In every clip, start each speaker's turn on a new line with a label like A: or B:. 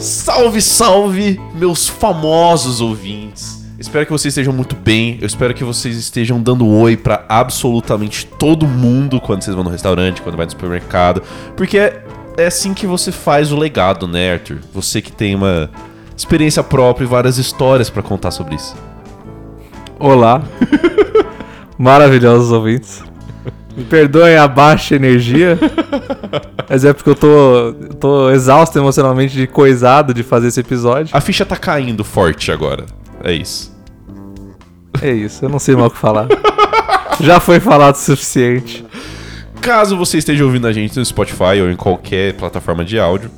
A: Salve, salve, meus famosos ouvintes. Espero que vocês estejam muito bem. Eu espero que vocês estejam dando oi pra absolutamente todo mundo quando vocês vão no restaurante, quando vai no supermercado, porque é, é assim que você faz o legado, né, Arthur? Você que tem uma experiência própria e várias histórias pra contar sobre isso.
B: Olá, maravilhosos ouvintes. Me perdoem a baixa energia, mas é porque eu tô, eu tô exausto emocionalmente de coisado de fazer esse episódio.
A: A ficha tá caindo forte agora. É isso.
B: É isso, eu não sei mal o que falar. Já foi falado o suficiente.
A: Caso você esteja ouvindo a gente no Spotify ou em qualquer plataforma de áudio,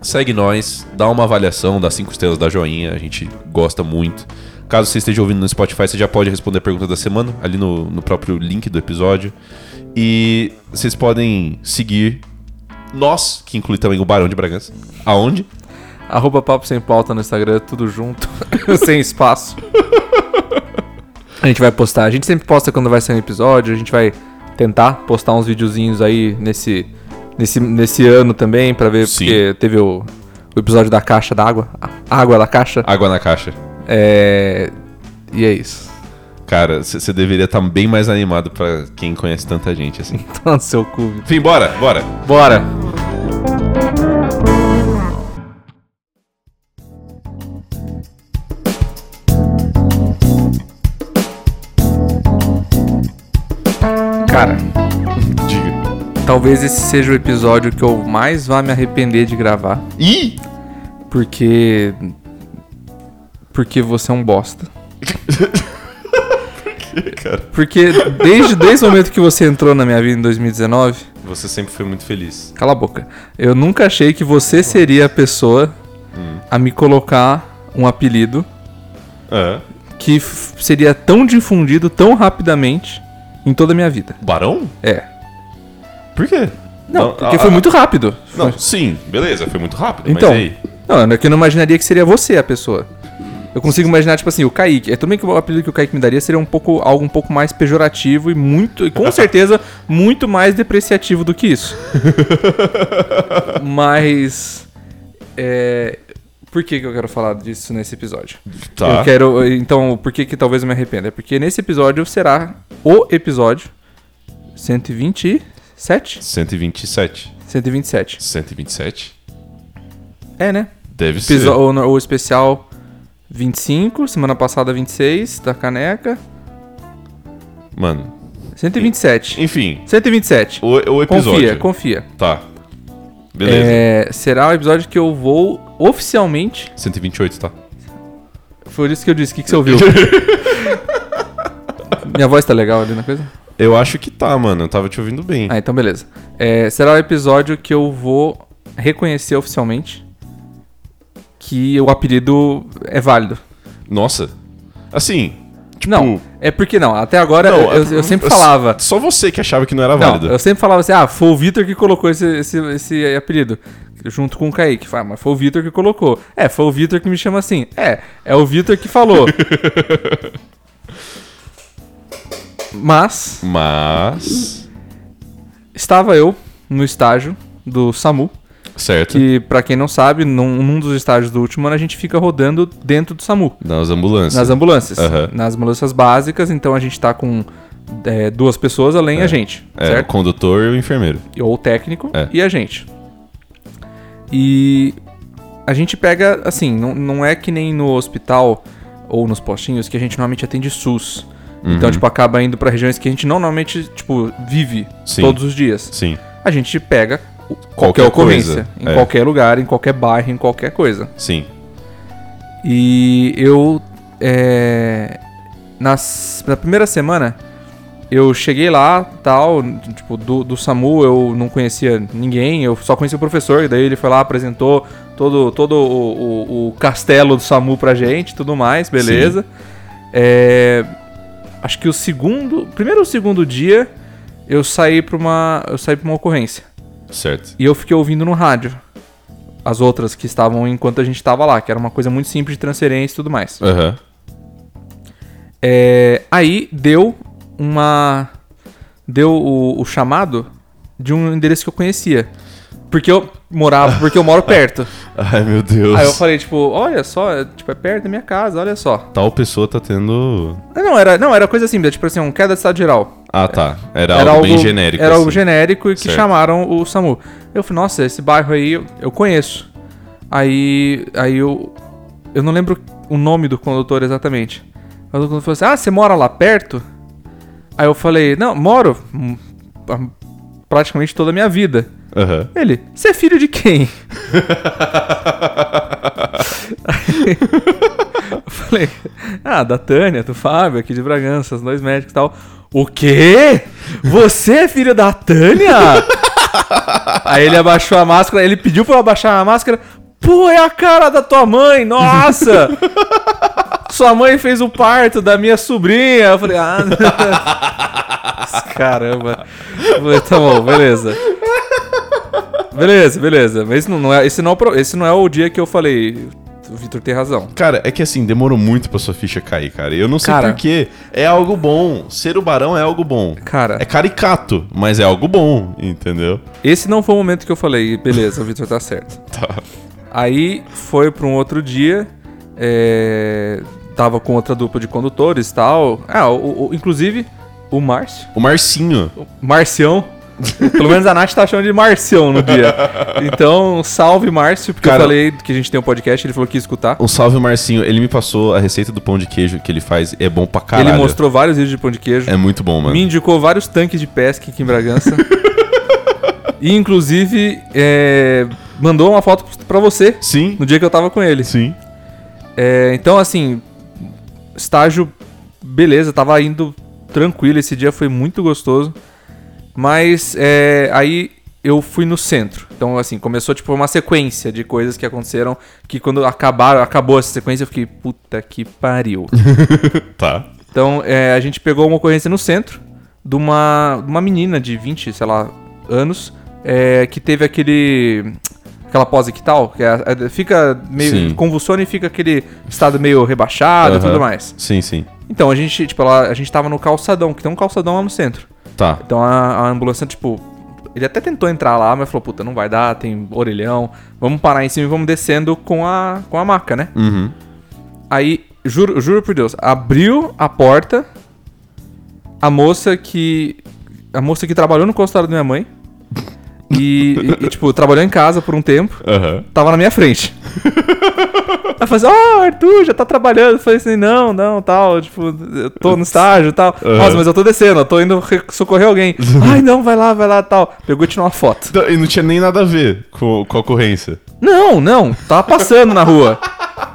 A: segue nós, dá uma avaliação, dá cinco estrelas, dá joinha, a gente gosta muito. Caso você esteja ouvindo no Spotify, você já pode responder a pergunta da semana ali no, no próprio link do episódio. E vocês podem seguir nós, que inclui também o Barão de Bragança. Aonde?
B: Arroba Papo Sem Pauta no Instagram, tudo junto, sem espaço. A gente vai postar, a gente sempre posta quando vai sair um episódio, a gente vai tentar postar uns videozinhos aí nesse, nesse, nesse ano também, pra ver,
A: Sim.
B: porque teve o, o episódio da caixa d'água, a água da caixa.
A: Água na caixa.
B: É... E é isso.
A: Cara, c- você deveria estar bem mais animado pra quem conhece tanta gente assim.
B: Tá no seu cu.
A: Enfim, bora, bora.
B: Bora! Cara,
A: Diga.
B: talvez esse seja o episódio que eu mais vá me arrepender de gravar,
A: Ih!
B: porque porque você é um bosta.
A: Cara,
B: Porque desde, desde o momento que você entrou na minha vida em 2019,
A: você sempre foi muito feliz.
B: Cala a boca. Eu nunca achei que você seria a pessoa a me colocar um apelido
A: Ah.
B: que f- seria tão difundido tão rapidamente em toda a minha vida.
A: Barão?
B: É.
A: Por quê?
B: Não, porque
A: ah,
B: foi
A: ah,
B: muito rápido.
A: Não,
B: Foi-
A: sim, beleza, foi muito rápido.
B: Então,
A: Mas e aí?
B: não, é que eu não imaginaria que seria você a pessoa. Eu consigo imaginar, tipo assim, o Kaique. É tudo bem que o apelido que o Kaique me daria seria um pouco, algo um pouco mais pejorativo e muito, e com certeza, muito mais depreciativo do que isso. Mas. É, por que, que eu quero falar disso nesse episódio?
A: Tá.
B: Eu quero. Então, por que, que talvez eu me arrependa? É porque nesse episódio será o episódio 127?
A: 127.
B: 127.
A: 127?
B: É, né?
A: Deve ser.
B: Episo- o, o especial 25, semana passada 26, da caneca.
A: Mano.
B: 127.
A: Enfim,
B: 127.
A: o, o
B: Confia,
A: episódio.
B: confia.
A: Tá. Beleza.
B: É, será o episódio que eu vou oficialmente.
A: 128, tá?
B: Foi isso que eu disse. O que, que você ouviu? Minha voz tá legal ali na coisa?
A: Eu acho que tá, mano. Eu tava te ouvindo bem.
B: Ah, então beleza. É, será o episódio que eu vou reconhecer oficialmente que o apelido é válido.
A: Nossa. Assim, tipo.
B: Não, é porque não. Até agora
A: Não,
B: eu, eu- eu sempre
A: eu-
B: falava.
A: Só você que achava que não era
B: Não,
A: válido.
B: eu sempre falava assim, ah, foi o Vitor que colocou esse, esse, esse apelido. Junto com o Kaique. Fala, "Ah, mas foi o Vitor que colocou. É, foi o Vitor que me chama assim. É, é o Vitor que falou. mas,
A: Mas.
B: estava eu no estágio do SAMU.
A: Certo.
B: Que, pra quem não sabe, num, num dos estágios do último ano, a gente fica rodando dentro do SAMU.
A: Nas ambulâncias.
B: Nas ambulâncias.
A: Aham.
B: Nas ambulâncias básicas. Então a gente tá com é, duas pessoas além a gente.
A: É,
B: certo?
A: o condutor e o enfermeiro.
B: ou o técnico
A: É.
B: e a gente. E a gente pega, assim, não, não é que nem no hospital ou nos postinhos que a gente normalmente atende SUS.
A: Uhum.
B: Então, tipo, acaba indo pra regiões que a gente não normalmente, tipo, vive
A: Sim.
B: todos os dias.
A: Sim.
B: A gente pega o-
A: Qualquer
B: qualquer, ocorrência,
A: coisa,
B: em
A: é.
B: qualquer lugar, em qualquer bairro, em qualquer coisa.
A: Sim.
B: E eu. É, nas, na primeira semana, eu cheguei lá, tal, tipo, do, do SAMU eu não conhecia ninguém, eu só conhecia o professor, e daí ele foi lá, apresentou todo, todo o, o- o castelo do SAMU pra gente tudo mais, beleza. É, acho que o segundo. Primeiro ou segundo dia, eu saí pra uma. Eu saí pra uma ocorrência.
A: Certo.
B: E eu fiquei ouvindo no rádio. As outras que estavam enquanto a gente tava lá, que era uma coisa muito simples de transferência e tudo mais.
A: Aham.
B: É, aí deu uma. Deu o, o chamado de um endereço que eu conhecia. Porque eu morava, porque eu moro perto.
A: Ai, meu Deus.
B: Aí eu falei, tipo, olha só, é, tipo, é perto da minha casa, olha só.
A: Tal pessoa tá tendo.
B: Não, era, não, era coisa assim, tipo assim, um queda de estado geral.
A: Ah, tá. Era, algo, bem genérico.
B: Era algo
A: assim.
B: genérico e que
A: Certo.
B: chamaram o SAMU. Eu falei, nossa, esse bairro aí eu, eu conheço. Aí, aí eu, eu não lembro o nome do condutor exatamente. Mas o condutor falou assim, ah, você mora lá perto? Aí eu falei, não, moro hum, há praticamente toda a minha vida.
A: Aham.
B: Ele, você é filho de quem? eu falei, ah, da Tânia, do Fábio, aqui de Bragança, os dois médicos e tal. O quê? Você é filho da Tânia? Aí ele abaixou a máscara, ele pediu pra eu abaixar a máscara. Pô, é a cara da tua mãe, nossa! Sua mãe fez o parto da minha sobrinha. Eu falei, ah, caramba. Eu falei, Tá bom, beleza. Beleza, beleza. Mas isso não, não é, esse, não é o, pro- esse não é o dia que eu falei, o Vitor tem razão.
A: Cara, é que assim, demorou muito pra sua ficha cair, cara. Eu não sei
B: Cara.
A: porquê. É algo bom. Ser o barão é algo bom.
B: Cara,
A: É caricato, mas é algo bom, entendeu?
B: esse não foi o momento que eu falei, beleza, o Vitor tá certo.
A: Tá.
B: Aí foi pra um outro dia, é, tava com outra dupla de condutores e tal. Ah, o- o- inclusive o Márcio.
A: O Marcinho.
B: Marcião. Pelo menos a Nath tá chamando de Marcião no dia. Então, salve Márcio, porque
A: Cara,
B: eu falei que a gente tem um podcast, ele falou que ia escutar.
A: Um salve, Marcinho. Ele me passou a receita do pão de queijo que ele faz. É bom pra caralho.
B: Ele mostrou vários vídeos de pão de queijo.
A: É muito bom, mano.
B: Me indicou vários tanques de pesca aqui em Bragança. e, inclusive, é, mandou uma foto pra você
A: Sim.
B: no dia que eu tava com ele.
A: Sim.
B: É, então, assim, estágio, beleza, tava indo tranquilo. Esse dia foi muito gostoso. Mas é, aí eu fui no centro. Então, assim, começou tipo uma sequência de coisas que aconteceram. Que quando acabaram, acabou essa sequência, eu fiquei, puta que pariu.
A: Tá.
B: Então, é, a gente pegou uma ocorrência no centro de uma, de uma menina de 20, sei lá, anos, é, que teve aquele. aquela pose que tal, que é- é- fica meio.
A: Sim.
B: convulsiona e fica aquele estado meio rebaixado e
A: Aham.
B: Ah, tudo mais.
A: Sim, sim.
B: Então, a gente, tipo, ela- a gente tava no calçadão, que tem um calçadão lá no centro.
A: Tá.
B: Então a, a ambulância, tipo, ele até tentou entrar lá, mas falou, puta, não vai dar, tem orelhão, vamos parar em cima e vamos descendo com a, com a maca, né?
A: Uhum.
B: Aí, juro, juro por Deus, abriu a porta. A moça que. A moça que trabalhou no consultório da minha mãe. E, e- e, tipo, trabalhou em casa por um tempo.
A: Aham.
B: Tava na minha frente. Ela falou assim, ó, Arthur, já tá trabalhando. Eu falei assim, não, não, tal, tipo, eu tô no estágio e tal.
A: Aham.
B: Nossa, mas eu tô descendo, eu tô indo re- socorrer alguém. Ai, não, vai lá, vai lá, tal. Pegou e tirou uma foto.
A: Então, E não tinha nem nada a ver com, com a ocorrência.
B: Não, não, tava passando na rua.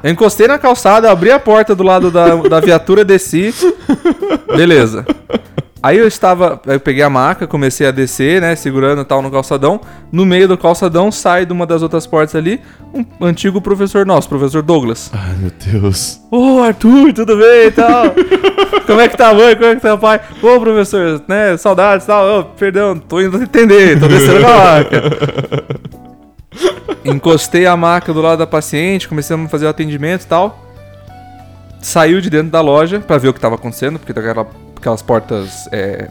B: Eu encostei na calçada, abri a porta do lado da, da viatura, desci. Beleza. Aí eu estava. Eu peguei a maca, comecei a descer, né? Segurando e tal no calçadão. No meio do calçadão, sai de uma das outras portas ali um antigo professor nosso, professor Douglas.
A: Ai, meu Deus.
B: Ô, Arthur, tudo bem e tal? Como é que tá a mãe? Como é que tá o pai? Ô, professor, né? Saudades e tal. Ô, perdão, tô indo entender, tô descendo com a maca. Encostei a maca do lado da paciente, começamos a fazer o atendimento e tal. Saiu de dentro da loja pra ver o que tava acontecendo, porque tem aquela- aquelas portas é,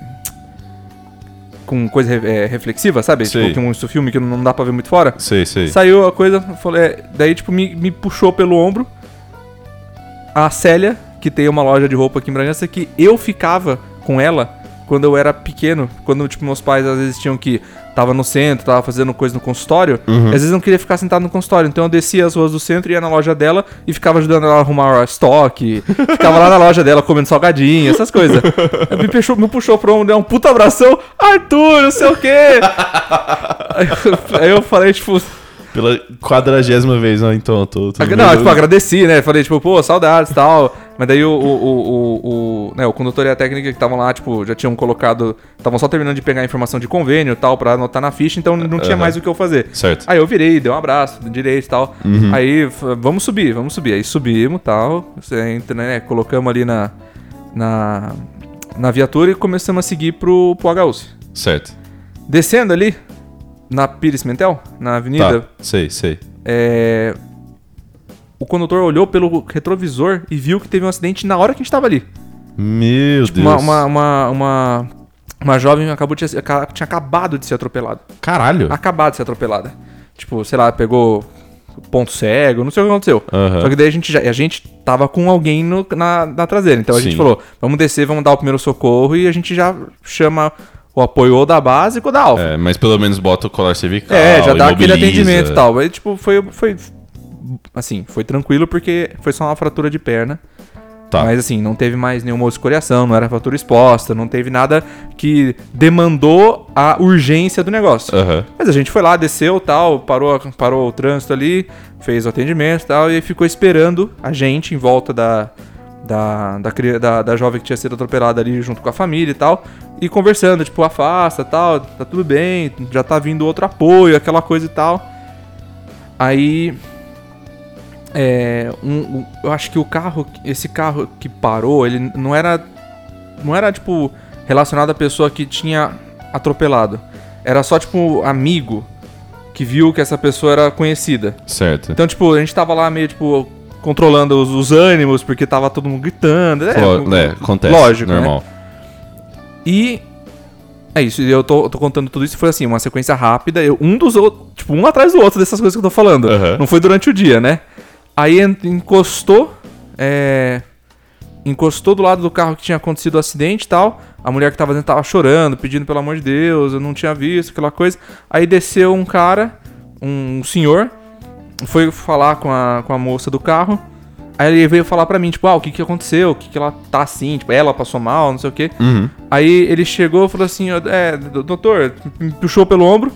B: com coisa re- é, reflexiva, sabe?
A: Sei.
B: Tipo, tem um filme que não dá pra ver muito fora.
A: Sei, sei.
B: Saiu a coisa, falei, é, daí tipo me, me puxou pelo ombro a Célia, que tem uma loja de roupa aqui em Bragança, que eu ficava com ela quando eu era pequeno, quando tipo meus pais às vezes tinham que tava no centro, tava fazendo coisa no consultório, e às vezes eu não queria ficar sentado no consultório, então eu descia as ruas do centro ia na loja dela e ficava ajudando ela a arrumar o estoque, ficava lá na loja dela comendo salgadinho, essas coisas. me puxou, me puxou pro ombro, deu um puta abração, Arthur, não sei o quê. Aí eu- aí eu falei tipo
A: Pela quadragésima vez, não, então, eu tô. tô
B: Ag- Não, tipo, agradeci, né? Falei, tipo, pô, saudades e tal. Mas daí o, o, o, o, o- né, o condutor e a técnica que estavam lá, tipo, já tinham colocado. Estavam só terminando de pegar a informação de convênio e tal, pra anotar na ficha, então não tinha
A: Aham.
B: mais o que eu fazer.
A: Certo.
B: Aí eu virei, dei um abraço, direito e tal.
A: Uhum.
B: Aí, f- vamos subir, vamos subir. Aí subimos e tal. Você entra, né? Colocamos ali na, na, na viatura e começamos a seguir pro, pro HUC.
A: Certo.
B: Descendo ali, na Pires Mentel, na avenida,
A: Tá. Sei, sei.
B: é, O condutor olhou pelo retrovisor e viu que teve um acidente na hora que a gente tava ali.
A: Meu Deus.
B: Uma, uma, uma, uma, uma jovem acabou de, aca- tinha acabado de ser atropelada.
A: Caralho.
B: Acabado de ser atropelada. Tipo, sei lá, pegou ponto cego, não sei o que aconteceu.
A: Aham.
B: Só que daí a gente, já, a gente tava com alguém no- na, na traseira. Então a
A: Sim.
B: gente falou, vamos descer, vamos dar o primeiro socorro e a gente já chama o apoio ou da base ou da alfa.
A: É, mas pelo menos bota o colar cervical.
B: É, já dá aquele
A: imobiliza.
B: atendimento e tal. Aí, tipo, foi, foi. Assim, foi tranquilo porque foi só uma fratura de perna.
A: Tá.
B: Mas, assim, não teve mais nenhuma escoriação, não era fratura exposta, não teve nada que demandou a urgência do negócio.
A: Aham.
B: Mas a gente foi lá, desceu tal, parou, parou o trânsito ali, fez o atendimento e tal, e ficou esperando a gente em volta da. Da, da, cri- da, da jovem que tinha sido atropelada ali junto com a família e tal, e conversando, tipo, afasta tal, tá tudo bem, já tá vindo outro apoio, aquela coisa e tal. Aí. É, um, um- eu acho que o carro, esse carro que parou, ele não era. Não era, tipo, relacionado à pessoa que tinha atropelado. Era só, tipo, um amigo que viu que essa pessoa era conhecida.
A: Certo.
B: Então, tipo, a gente tava lá meio, tipo, controlando os, os ânimos, porque tava todo mundo gritando. né?
A: Lo- é, acontece.
B: Lógico, né?
A: Normal.
B: E é isso, e eu tô, tô contando tudo isso, foi assim, uma sequência rápida, eu- um dos outros, tipo, um atrás do outro dessas coisas que eu tô falando.
A: Aham.
B: Não foi durante o dia, né? Aí en- encostou, é, encostou do lado do carro que tinha acontecido o acidente e tal. A mulher que tava dentro tava chorando, pedindo pelo amor de Deus, eu não tinha visto, aquela coisa. Aí desceu um cara, um senhor, foi falar com a, com a moça do carro. Aí ele veio falar pra mim, tipo, ah, o que que aconteceu? O que que ela tá assim? Tipo, ela passou mal, não sei o quê.
A: Uhum.
B: Aí ele chegou e falou assim: ó, É, do- doutor, me puxou pelo ombro.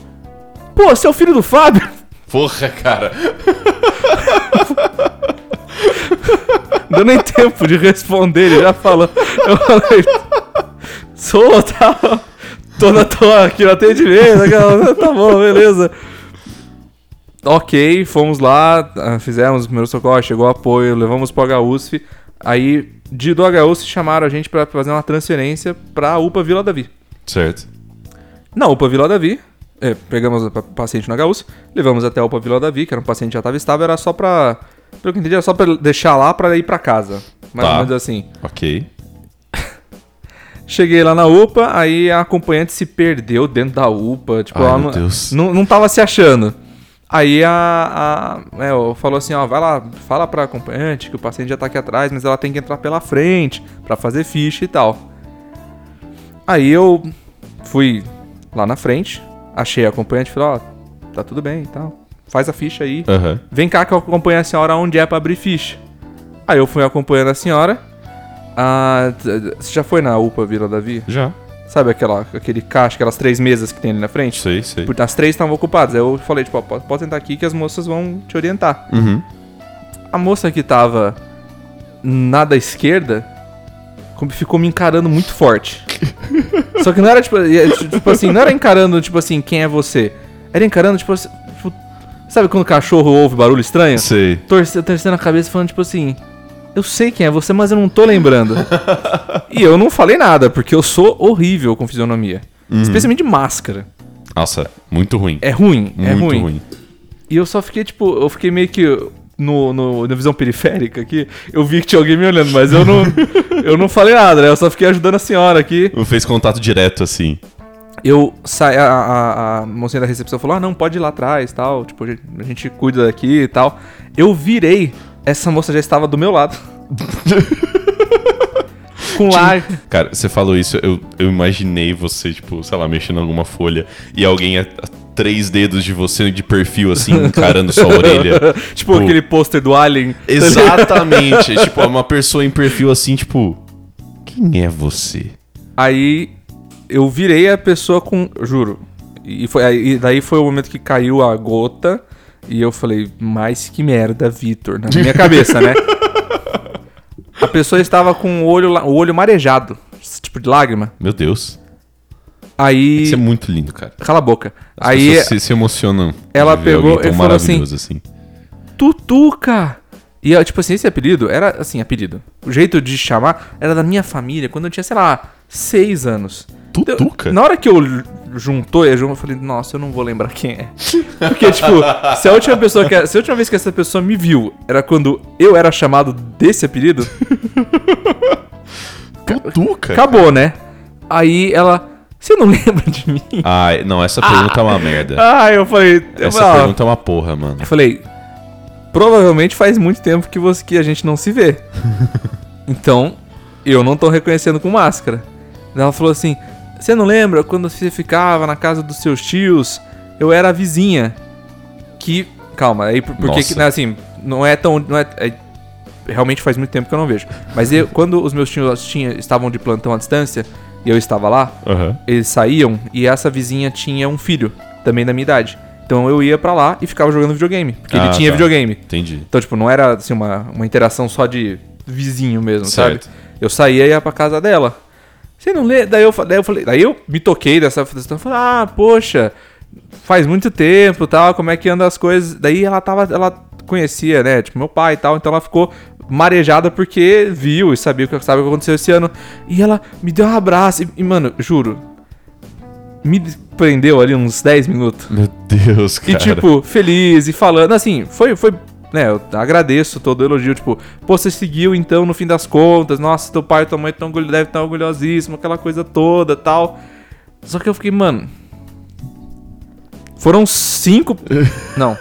B: Pô, você é o filho do Fábio?
A: Porra, cara.
B: Deu nem tempo de responder, ele já falou. Eu falei: Sou, tá? Tô na toa aqui no atendimento. aquela- Tá bom, beleza. Ok, fomos lá, ah, fizemos o primeiro socorro, chegou o apoio, levamos pro HUSF. Aí, de do HUSF, chamaram a gente pra fazer uma transferência pra UPA Vila Davi.
A: Certo.
B: Na UPA Vila Davi, é, pegamos o pa- paciente na HUS, levamos até a UPA Vila Davi, que era um paciente que já estava estável, era só pra. Pelo que eu entendi, era só pra deixar lá pra ir pra casa. Mais
A: Tá.
B: ou menos assim.
A: Ok.
B: Cheguei lá na UPA, aí a acompanhante se perdeu dentro da UPA, tipo,
A: Ai,
B: ela
A: meu
B: não,
A: Deus.
B: não, não tava se achando. Aí a, a é, ó, falou assim, ó, vai lá, fala pra acompanhante que o paciente já tá aqui atrás, mas ela tem que entrar pela frente pra fazer ficha e tal. Aí eu fui lá na frente, achei a acompanhante, falei, ó, tá tudo bem e tal, faz a ficha aí.
A: Aham.
B: Vem cá que eu acompanho a senhora onde é pra abrir ficha. Aí eu fui acompanhando a senhora. Ah, t- você já foi na UPA Vila Davi?
A: Já.
B: Sabe aquela, aquele caixa, aquelas três mesas que tem ali na frente?
A: Sei, sei.
B: Porque As três estavam ocupadas. Aí eu falei, tipo, ó, pode, pode sentar aqui que as moças vão te orientar.
A: Uhum.
B: A moça que tava na da esquerda como- ficou me encarando muito forte. Só que não era, tipo, é, tipo assim, não era encarando, tipo assim, quem é você? Era encarando, tipo, assim, tipo sabe quando o cachorro ouve barulho estranho?
A: Sei.
B: torce- torcendo a cabeça, falando tipo assim: Eu sei quem é você, mas eu não tô lembrando. e eu não falei nada, porque eu sou horrível com fisionomia. Especialmente de máscara.
A: Nossa, muito ruim.
B: É ruim, é
A: muito
B: ruim. E eu só fiquei, tipo, eu fiquei meio que no, no- na visão periférica aqui. Eu vi que tinha alguém me olhando, mas eu não, eu não falei nada, né? Eu só fiquei ajudando a senhora aqui.
A: Não fez contato direto assim.
B: eu saí, a, a, a mocinha da recepção falou, ah, não, pode ir lá atrás, tal, tipo, a gente- a gente cuida daqui e tal. Eu virei, essa moça já estava do meu lado. Com lá,
A: Cara, você falou isso, eu, eu imaginei você, tipo, sei lá, mexendo em alguma folha e alguém a, a três dedos de você de perfil, assim, encarando sua orelha.
B: tipo, aquele pôster do Alien.
A: Exatamente. tipo, uma pessoa em perfil assim, tipo. Quem é você?
B: Aí eu virei a pessoa com, eu juro, e foi aí- e daí foi o momento que caiu a gota e eu falei, mas que merda, Vitor, na minha cabeça, né? A pessoa estava com o olho, la- o olho marejado, tipo de lágrima.
A: Meu Deus.
B: Aí.
A: Isso é muito lindo, cara.
B: Cala a boca.
A: As
B: aí,
A: pessoas se, se emocionam.
B: ela
A: de ver
B: pegou
A: alguém tão
B: e falou assim-
A: maravilhoso assim.
B: Tutuca! E, eu, tipo assim, esse apelido era, assim, apelido. O jeito de chamar era da minha família, quando eu tinha, sei lá, seis anos. Eu-
A: Tutuca?
B: na hora que eu l- juntou, eu jun- eu falei, nossa, eu não vou lembrar quem é. Porque, tipo, se a última pessoa que. Se a última vez que essa pessoa me viu era quando eu era chamado desse apelido.
A: Tutuca?
B: Acabou, né? Aí ela. Você não lembra de mim?
A: Ai, não, essa pergunta é uma merda.
B: Ah, eu falei. Eu
A: Essa
B: falei, ó,
A: pergunta é uma porra, mano.
B: eu falei, Provavelmente faz muito tempo que, você, que a gente não se vê. então, eu não tô reconhecendo com máscara. Ela falou assim: Você não lembra quando você ficava na casa dos seus tios? Eu era a vizinha. Que. Calma, aí por- porque
A: Nossa.
B: que, né, assim, não é tão. Não é, é- realmente faz muito tempo que eu não vejo. Mas eu- quando os meus tios tinha- estavam de plantão à distância e eu estava lá,
A: Aham.
B: eles saíam e essa vizinha tinha um filho, também da minha idade. Então eu ia pra lá e ficava jogando videogame, porque
A: Ah,
B: ele tinha
A: tá.
B: videogame.
A: Entendi.
B: Então, tipo, não era assim uma, uma interação só de vizinho mesmo,
A: Certo.
B: sabe? Eu saía e ia pra casa dela. Você não lê? Daí eu, fa- daí eu falei, daí eu me toquei dessa questão, falei, ah, poxa, faz muito tempo e tal, como é que anda as coisas? Daí ela tava, ela conhecia, né, tipo, meu pai e tal, então ela ficou marejada porque viu e sabia o que, sabe o que aconteceu esse ano. E ela me deu um abraço e, e, mano, juro, me prendeu ali uns 10 minutos.
A: Meu Deus,
B: E
A: cara.
B: tipo, feliz e falando, assim, foi, foi, né, eu agradeço todo o elogio, tipo, pô, você seguiu então no fim das contas, nossa, teu pai e tua mãe tão orgulho, deve estar orgulhosíssimo, aquela coisa toda, tal. Só que eu fiquei, mano, foram cinco, não.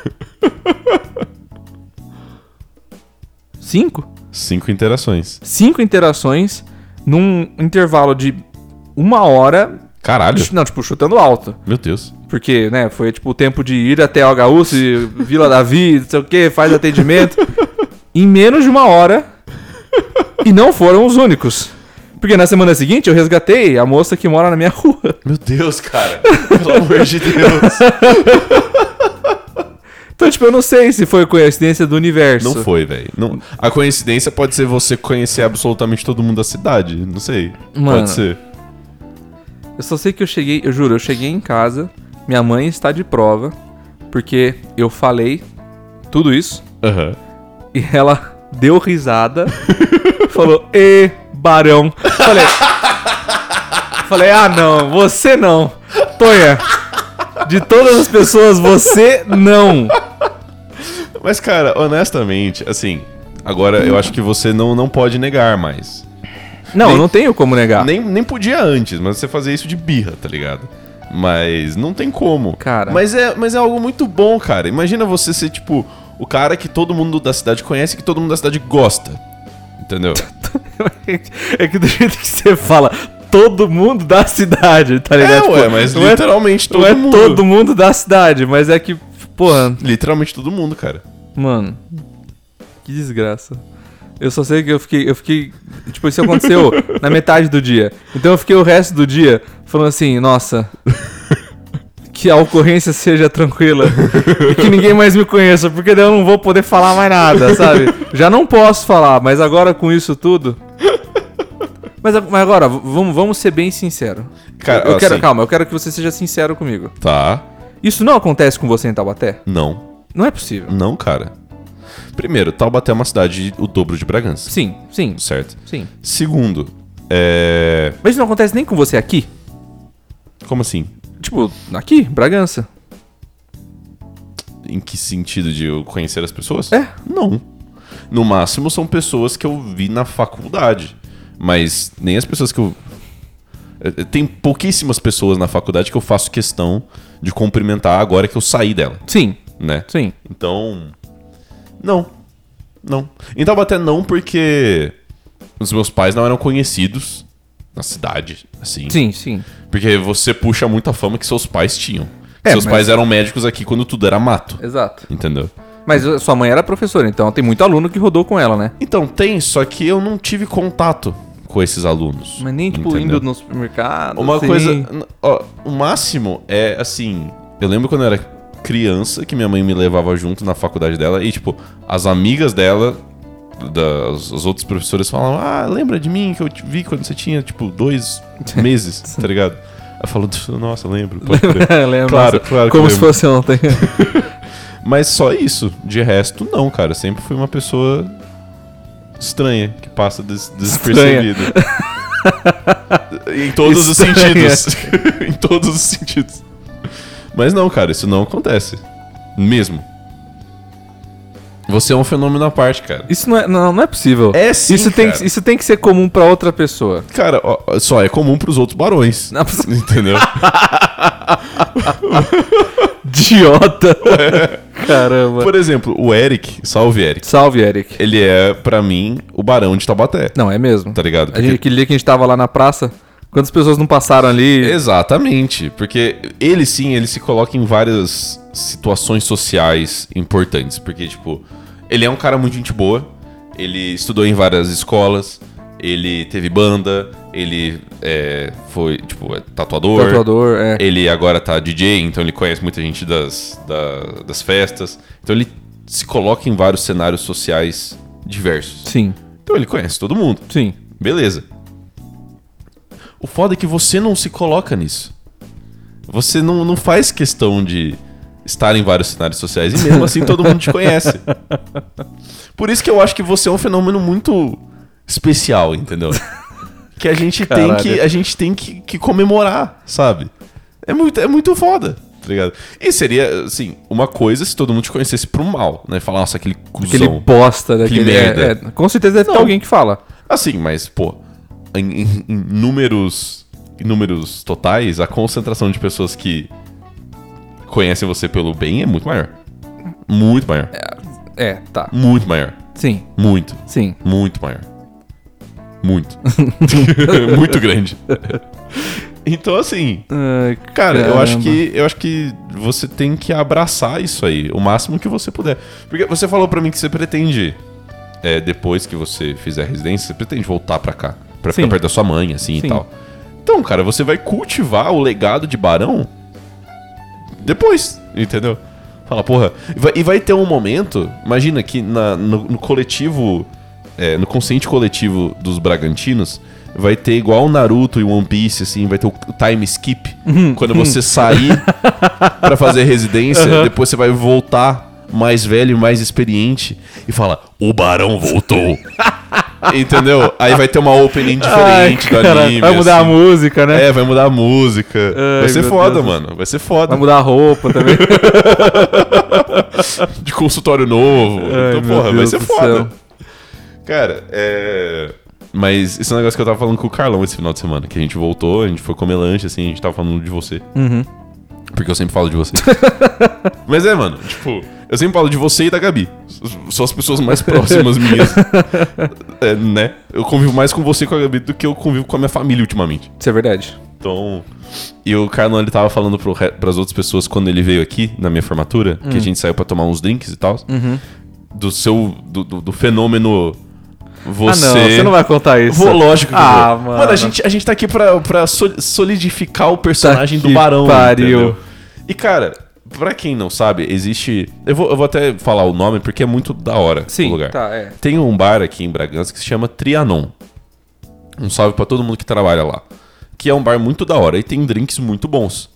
B: Cinco?
A: Cinco interações.
B: Cinco interações num intervalo de uma hora,
A: Caralho.
B: não, tipo, chutando alto.
A: Meu Deus.
B: Porque, né, foi tipo o tempo de ir até a HU, se Vila Davi, não sei o que, faz atendimento. em menos de uma hora. E não foram os únicos. Porque na semana seguinte eu resgatei a moça que mora na minha rua.
A: Meu Deus, cara. Pelo amor de Deus.
B: Então, tipo, eu não sei se foi coincidência do universo.
A: Não foi, velho. Não... A coincidência pode ser você conhecer absolutamente todo mundo da cidade. Não sei.
B: Mano.
A: Pode ser.
B: Eu só sei que eu cheguei, eu juro, eu cheguei em casa, minha mãe está de prova, porque eu falei tudo isso
A: Aham.
B: e ela deu risada, falou, e barão. Falei, falei, ah não, você não. Tonha, de todas as pessoas, você não.
A: Mas, cara, honestamente, assim. Agora, eu acho que você não, não pode negar mais.
B: Não,
A: Nem-
B: eu não tenho como negar.
A: Nem, nem podia antes, mas você fazia isso de birra, tá ligado? Mas não tem como.
B: Cara.
A: Mas é, mas é algo muito bom, cara. Imagina você ser, tipo, o cara que todo mundo da cidade conhece, que todo mundo da cidade gosta. Entendeu?
B: é que do jeito que você fala, todo mundo da cidade, tá
A: é,
B: ligado?
A: ué,
B: Tipo,
A: mas
B: não é,
A: literalmente todo
B: não é
A: mundo.
B: todo mundo da cidade, mas é que, porra,
A: Literalmente todo mundo, cara.
B: Mano, que desgraça. Eu só sei que eu fiquei, eu fiquei, tipo, isso aconteceu na metade do dia. Então eu fiquei o resto do dia falando assim, nossa, que a ocorrência seja tranquila e que ninguém mais me conheça, porque daí eu não vou poder falar mais nada, sabe? Já não posso falar, mas agora com isso tudo. Mas, a- mas agora, v- vamos, vamos ser bem sincero.
A: Cara,
B: eu, eu
A: ó,
B: quero,
A: assim-
B: calma, eu quero que você seja sincero comigo.
A: Tá.
B: Isso não acontece com você em Taubaté?
A: Não.
B: Não é possível.
A: Não, cara. Primeiro, Taubaté é uma cidade o dobro de Bragança,
B: Sim, sim,
A: certo?
B: sim.
A: Segundo, é.
B: Mas isso não acontece nem com você aqui?
A: Como assim?
B: Tipo, aqui, Bragança.
A: Em que sentido de eu conhecer as pessoas?
B: É.
A: Não. No máximo são pessoas que eu vi na faculdade. Mas nem as pessoas que eu. Eh, eh, Tem pouquíssimas pessoas na faculdade que eu faço questão de cumprimentar agora que eu saí dela,
B: Sim,
A: né?
B: sim.
A: Então. Não. Não. Em Taubaté não, porque os meus pais não eram conhecidos na cidade, assim.
B: Sim, sim.
A: Porque você puxa muita fama que seus pais tinham.
B: É,
A: seus
B: mas-
A: pais eram médicos aqui quando tudo era mato.
B: Exato.
A: Entendeu?
B: Mas a sua mãe era professora, então tem muito aluno que rodou com ela, né?
A: Então tem, só que eu não tive contato com esses alunos.
B: Mas nem, tipo,
A: entendeu?
B: indo no supermercado.
A: Uma
B: assim.
A: coisa. n- ó, o máximo é assim. Eu lembro quando eu era criança que minha mãe me levava junto na faculdade dela e, tipo, as amigas dela, das, as outras professoras falavam: Ah, lembra de mim que eu te vi quando você tinha, tipo, dois meses, tá ligado? Eu falo, nossa, lembro. Pode crer.
B: Lembra?
A: Claro, claro que
B: Como se
A: lembro.
B: fosse ontem.
A: Mas só isso. De resto, não, cara. Eu sempre fui uma pessoa estranha, que passa des despercebida. em todos
B: Estranha.
A: os sentidos. em todos os sentidos. Mas não, cara, isso não acontece. Mesmo. Você é um fenômeno à parte, cara.
B: Isso não é, não, não é possível.
A: É sim,
B: isso tem,
A: cara.
B: que- isso tem que ser comum pra outra pessoa.
A: Cara, ó, ó, só é comum pros outros barões.
B: Não, você-
A: Entendeu?
B: Idiota. Caramba.
A: Por exemplo, o Eric, salve Eric,
B: Salve, Eric.
A: ele é, pra mim, o barão de Taubaté.
B: Não, é mesmo.
A: Tá ligado?
B: A gente, aquele dia que a gente tava lá na praça, quantas pessoas não passaram ali?
A: Exatamente, porque ele sim, ele se coloca em várias situações sociais importantes, porque tipo, ele é um cara muito gente boa, ele estudou em várias escolas, ele teve banda, ele é, foi, tipo, é tatuador,
B: Tatuador, é.
A: ele agora tá DJ, então ele conhece muita gente das, da- das festas, então ele se coloca em vários cenários sociais diversos,
B: Sim,
A: então ele conhece todo mundo.
B: sim.
A: Beleza. O foda é que você não se coloca nisso. Você não, não faz questão de estar em vários cenários sociais e mesmo assim todo mundo te conhece. Por isso que eu acho que você é um fenômeno muito especial, entendeu? Que a gente tem
B: Caralho.
A: que a gente tem que, que comemorar, sabe? É muito é muito foda. Tá ligado? E seria, assim, uma coisa se todo mundo te conhecesse pro mal, né? Falar, nossa, aquele cuzão.
B: Aquele bosta daquele.
A: merda.
B: é, é, com certeza deve ter alguém que fala.
A: Assim, mas, pô, em, em- em números, em números totais, a concentração de pessoas que conhecem você pelo bem é muito maior. Muito maior.
B: É, tá.
A: Muito maior.
B: Sim,
A: Muito.
B: sim.
A: Muito maior. Muito. muito grande. Então, assim,
B: Ai,
A: Cara, eu acho
B: caramba.
A: que eu acho que você tem que abraçar isso aí, o máximo que você puder. Porque você falou pra mim que você pretende é, depois que você fizer a residência, você pretende voltar pra cá, Pra
B: Sim.
A: ficar perto da sua mãe assim
B: Sim.
A: e tal. Então, cara, você vai cultivar o legado de barão depois, entendeu? Fala, porra. E vai, e vai ter um momento, imagina que na- no, no coletivo, é, no consciente coletivo dos Bragantinos, vai ter igual o Naruto e One Piece, assim, vai ter o time skip. Quando você sair pra fazer residência, depois você vai voltar mais velho, mais experiente e fala: O barão voltou. Entendeu? Aí vai ter uma opening
B: Ai,
A: diferente do
B: cara,
A: anime.
B: vai mudar
A: assim.
B: a música, né?
A: É, vai mudar a música.
B: Ai,
A: vai ser
B: meu
A: foda,
B: Deus.
A: mano. Vai ser foda.
B: Vai mudar a roupa também.
A: de consultório novo.
B: Ai,
A: então,
B: meu
A: porra, vai
B: Deus
A: ser
B: do
A: foda.
B: céu.
A: Cara, é. Mas esse é um negócio que eu tava falando com o Carlão esse final de semana, que a gente voltou, a gente foi comer lanche, assim, a gente tava falando de você.
B: Uhum.
A: Porque eu sempre falo de você. Mas é, mano, tipo, eu sempre falo de você e da Gabi. S- São as pessoas mais próximas minhas. É, né? Eu convivo mais com você e com a Gabi do que eu convivo com a minha família ultimamente.
B: Isso é verdade.
A: Então. E o Carlão, ele tava falando pro, re- pras outras pessoas quando ele veio aqui, na minha formatura,
B: Hum.
A: que a gente saiu pra tomar uns drinks e tal.
B: Uhum.
A: Do seu. Do, do- do fenômeno. Você.
B: Ah, não, você não vai contar isso.
A: Vou, lógico que
B: ah,
A: vou.
B: mano.
A: Mano, a gente, a gente tá aqui pra, pra sol- solidificar o personagem
B: Tá
A: do
B: que
A: Barão.
B: pariu.
A: entendeu? E, cara, pra quem não sabe, existe. Eu vou, eu vou até falar o nome porque é muito da hora
B: Sim,
A: o lugar.
B: tá, é.
A: Tem um bar aqui em Bragança que se chama Trianon. Um salve pra todo mundo que trabalha lá. Que é um bar muito da hora e tem drinks muito bons.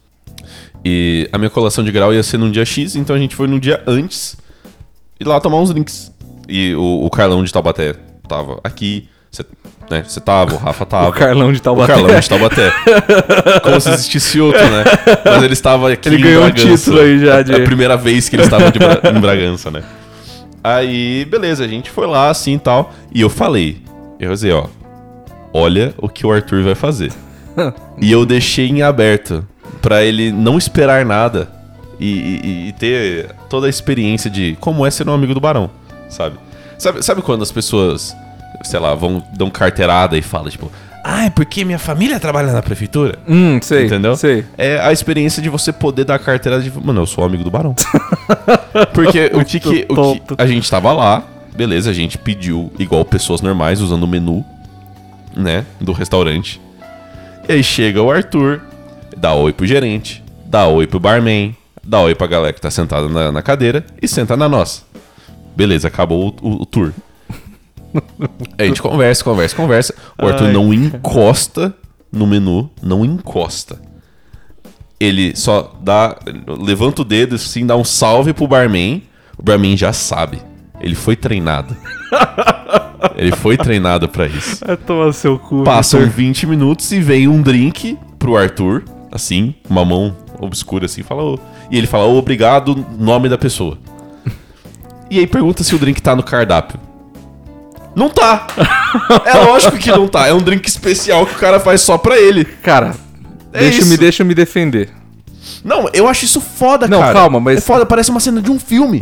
A: E a minha colação de grau ia ser num dia X, então a gente foi num dia antes e lá tomar uns drinks. E o, o Carlão de Taubaté tava aqui, você né, você tava, o Rafa tava.
B: O Carlão de
A: O
B: Taubaté.
A: Carlão de Taubaté. Como se existisse outro, né? Mas ele estava aqui
B: Ele
A: em
B: ganhou um
A: Bragança.
B: título aí já de-
A: É a primeira vez que ele estava de Bra- em Bragança, né? Aí, beleza, a gente foi lá assim e tal. E eu falei, eu dizer, ó, olha o que o Arthur vai fazer. e eu deixei em aberto pra ele não esperar nada e, e- e ter toda a experiência de como é ser um amigo do Barão, sabe? Sabe, sabe quando as pessoas, sei lá, vão dão carteirada e falam, tipo, ah, é porque minha família trabalha na prefeitura?
B: Hum, sei.
A: Entendeu?
B: Sei.
A: É a experiência de você poder dar carteirada de. Mano, eu sou amigo do Barão. Porque o que, que, o que.
B: tonto.
A: A gente tava lá, beleza, a gente pediu igual pessoas normais, usando o menu, né? Do restaurante. E aí chega o Arthur, dá oi pro gerente, dá oi pro barman, dá oi pra galera que tá sentada na, na cadeira e senta na nossa. Beleza, acabou o, o- o tour. Aí a gente conversa, conversa, conversa. O Arthur
B: Ai,
A: não encosta no menu, não encosta. Ele só dá. Levanta o dedo assim, dá um salve pro barman. O barman já sabe. Ele foi treinado. Ele foi treinado pra isso.
B: Vai tomar seu cu.
A: Passam 20 minutos e vem um drink pro Arthur, assim, uma mão obscura assim, fala. "Ô". E ele fala, "Ô, obrigado, nome da pessoa. E aí pergunta se o drink tá no cardápio. Não tá! é lógico que não tá. É um drink especial que o cara faz só pra ele.
B: Cara,
A: É
B: deixa, eu me,
A: isso.
B: deixa eu me defender.
A: Não, eu acho isso foda,
B: Não,
A: cara.
B: calma, mas-
A: É foda, parece uma cena de um filme.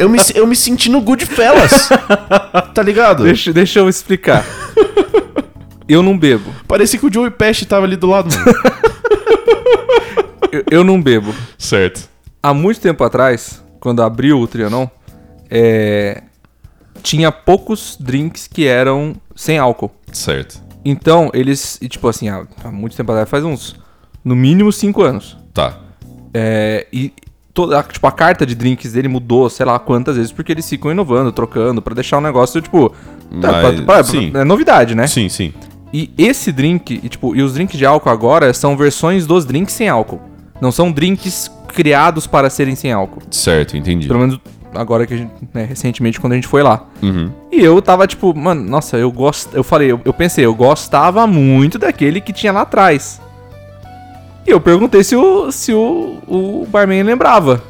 A: eu, me, eu me senti no Goodfellas. tá ligado?
B: Deixa, deixa eu explicar. eu não bebo.
A: Parecia que o Joey Pesci tava ali do lado. mano.
B: Eu, eu não bebo.
A: certo.
B: Há muito tempo atrás, quando abriu o Trianon, é, tinha poucos drinks que eram sem álcool.
A: Certo.
B: Então, eles, e tipo assim, há, há muito tempo atrás, faz uns, no mínimo, cinco anos.
A: Tá.
B: É, e toda, a- tipo, a carta de drinks dele mudou, sei lá quantas vezes, porque eles ficam inovando, trocando, pra deixar o negócio, tipo. tá,
A: Mas,
B: pra- pra-
A: sim.
B: é novidade, né?
A: Sim, sim.
B: E esse drink, e, tipo, e os drinks de álcool agora são versões dos drinks sem álcool. Não são drinks criados para serem sem álcool.
A: Certo, entendi.
B: Pelo menos agora que a gente, né, recentemente quando a gente foi lá.
A: Uhum.
B: E eu tava tipo, mano, nossa, eu gosto, eu falei, eu, eu pensei, eu gostava muito daquele que tinha lá atrás. E eu perguntei se o se o, o barman lembrava.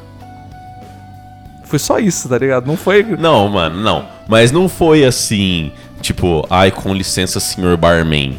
B: Foi só isso, tá ligado? Não foi
A: Não, mano, não. Mas não foi assim, tipo, ai, com licença, senhor barman.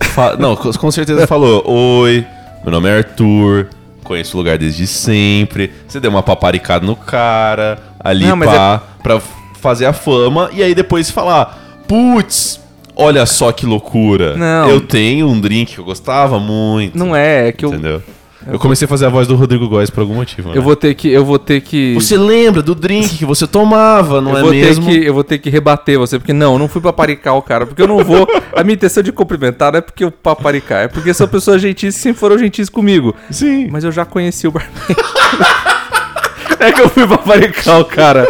A: Fa- não, com com certeza falou, oi, meu nome é Arthur, conheço o lugar desde sempre. Você deu uma paparicada no cara, ali
B: Não, mas é-
A: pá, pra f- fazer a fama, e aí depois falar, putz, olha só que loucura.
B: Não.
A: Eu tenho um drink que eu gostava muito.
B: não é, é que eu,
A: Entendeu? Eu comecei a fazer a voz do Rodrigo Góes por algum motivo. né?
B: eu vou ter que eu vou ter que
A: Você lembra do drink que você tomava, não
B: eu
A: é
B: vou
A: mesmo?
B: ter que eu vou ter que rebater você, porque não, eu não fui paparicar o cara, porque eu não vou. a minha intenção de cumprimentar não é porque eu paparicar, é porque são pessoas gentis que sempre foram gentis comigo.
A: Sim.
B: Mas eu já conheci o barman. é que eu fui paparicar o cara.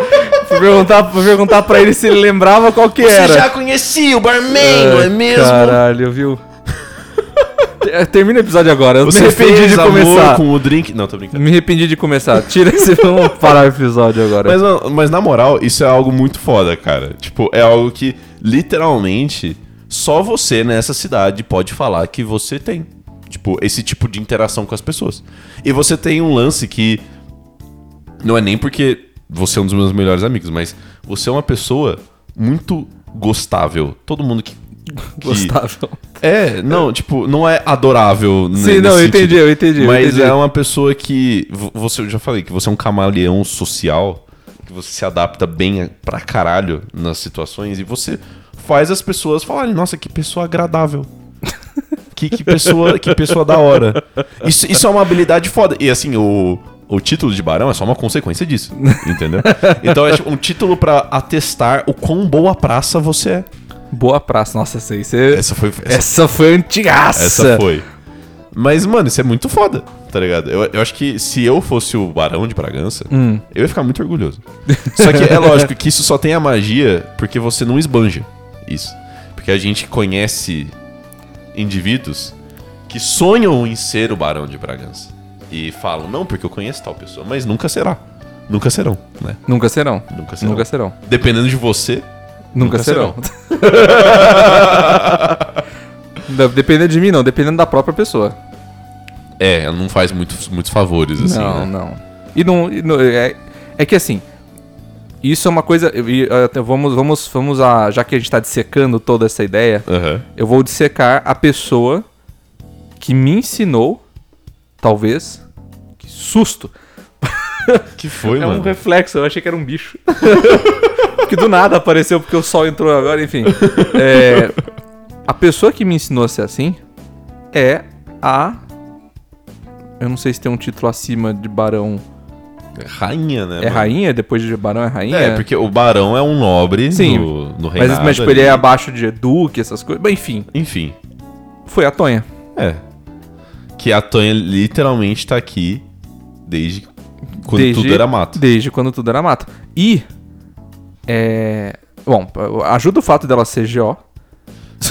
B: Fui perguntar, fui perguntar pra ele se ele lembrava qual que era.
A: conhecia o barman, é
B: Ai, Caralho, viu? Te- Termina o episódio agora. Eu
A: Você
B: me arrependi
A: fez
B: de
A: amor
B: começar.
A: com o drink. Não, tô brincando.
B: Me arrependi de começar. Tira esse. Vamos parar o episódio agora.
A: Mas, não, mas na moral, isso é algo muito foda, cara. Tipo, é algo que literalmente só você nessa cidade pode falar que você tem. Tipo, esse tipo de interação com as pessoas. E você tem um lance que não é nem porque você é um dos meus melhores amigos, mas você é uma pessoa muito gostável. Todo mundo que. que-
B: Gostável.
A: É, não, tipo, não é adorável. n-
B: Sim, não,
A: nesse
B: eu entendi,
A: sentido.
B: eu entendi. eu
A: Mas
B: entendi.
A: é uma pessoa que. vo- Você eu já falei que você é um camaleão social, que você se adapta bem a- pra caralho nas situações e você faz as pessoas falarem, nossa, que pessoa agradável. que, que pessoa, que pessoa da hora. Isso, isso é uma habilidade foda. E assim, o. O título de barão é só uma consequência disso, entendeu? Então é tipo, um título pra atestar o quão boa praça você é.
B: Boa praça. Nossa, essa aí você. Essa,
A: Essa foi
B: foi antigaça.
A: essa foi. Mas, mano, isso é muito foda, tá ligado? Eu, eu acho que se eu fosse o Barão de Bragança, eu ia ficar muito orgulhoso. Só que é lógico que isso só tem a magia porque você não esbanja isso. Porque a gente conhece indivíduos que sonham em ser o Barão de Bragança. E falam, não, porque eu conheço tal pessoa, mas nunca será. Nunca serão, né?
B: Nunca serão.
A: Nunca serão.
B: Nunca serão.
A: Dependendo de você,
B: Nunca, serão. Não, Dependendo de mim, não. Dependendo da própria pessoa.
A: é, ela não faz muitos, muitos favores, assim,
B: não,
A: né?
B: não. E não... e não- é, é que assim... Isso é uma coisa... e, eh, até vamos, vamos, vamos a... Já que a gente tá dissecando toda essa ideia,
A: Aham.
B: eu vou dissecar a pessoa que me ensinou, talvez... Que susto!
A: Que foi,
B: É
A: mano?
B: um reflexo, eu achei que era um bicho. que do nada apareceu porque o sol entrou agora, enfim. É, a pessoa que me ensinou a ser assim é a. Eu não sei se tem um título acima de barão.
A: Rainha, né?
B: É
A: mano?
B: rainha? Depois de barão é rainha?
A: É, porque o barão é um nobre
B: Sim.
A: no, no
B: Mas,
A: reinado.
B: mas tipo, ele
A: ali.
B: é abaixo de duque, essas coisas. Mas, enfim,
A: Enfim,
B: foi a Tonha.
A: é. Que a Tonha literalmente tá aqui desde quando
B: Desde-
A: tudo era mato.
B: Desde quando tudo era mato. E. É. Bom, ajuda o fato dela ser GO.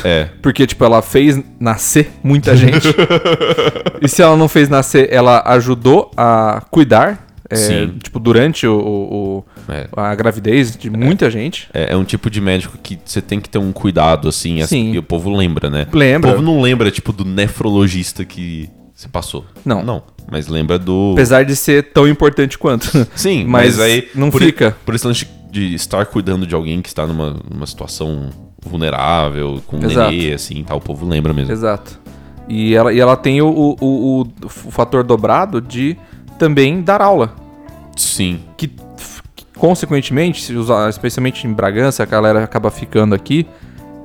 A: É,
B: Porque, tipo, ela fez nascer muita gente. e se ela não fez nascer, ela ajudou a cuidar. é,
A: Sim.
B: Tipo, durante o, o- o-
A: É.
B: a gravidez de muita gente.
A: é. é um tipo de médico que você tem que ter um cuidado, assim. as-
B: Sim.
A: E o povo lembra, né?
B: Lembra.
A: O povo não lembra, tipo, do nefrologista que Você passou.
B: Não.
A: Não. Mas lembra do.
B: Apesar de ser tão importante quanto.
A: Sim, mas, aí.
B: Não
A: por,
B: fica.
A: Por esse lance de estar cuidando de alguém que está numa, numa situação vulnerável, com um
B: Exato.
A: nenê, assim tal, o povo lembra mesmo.
B: Exato. E ela, e ela tem o, o, o, o fator dobrado de também dar aula.
A: Sim.
B: Que, que, consequentemente, se usar- especialmente em Bragança, a galera acaba ficando aqui.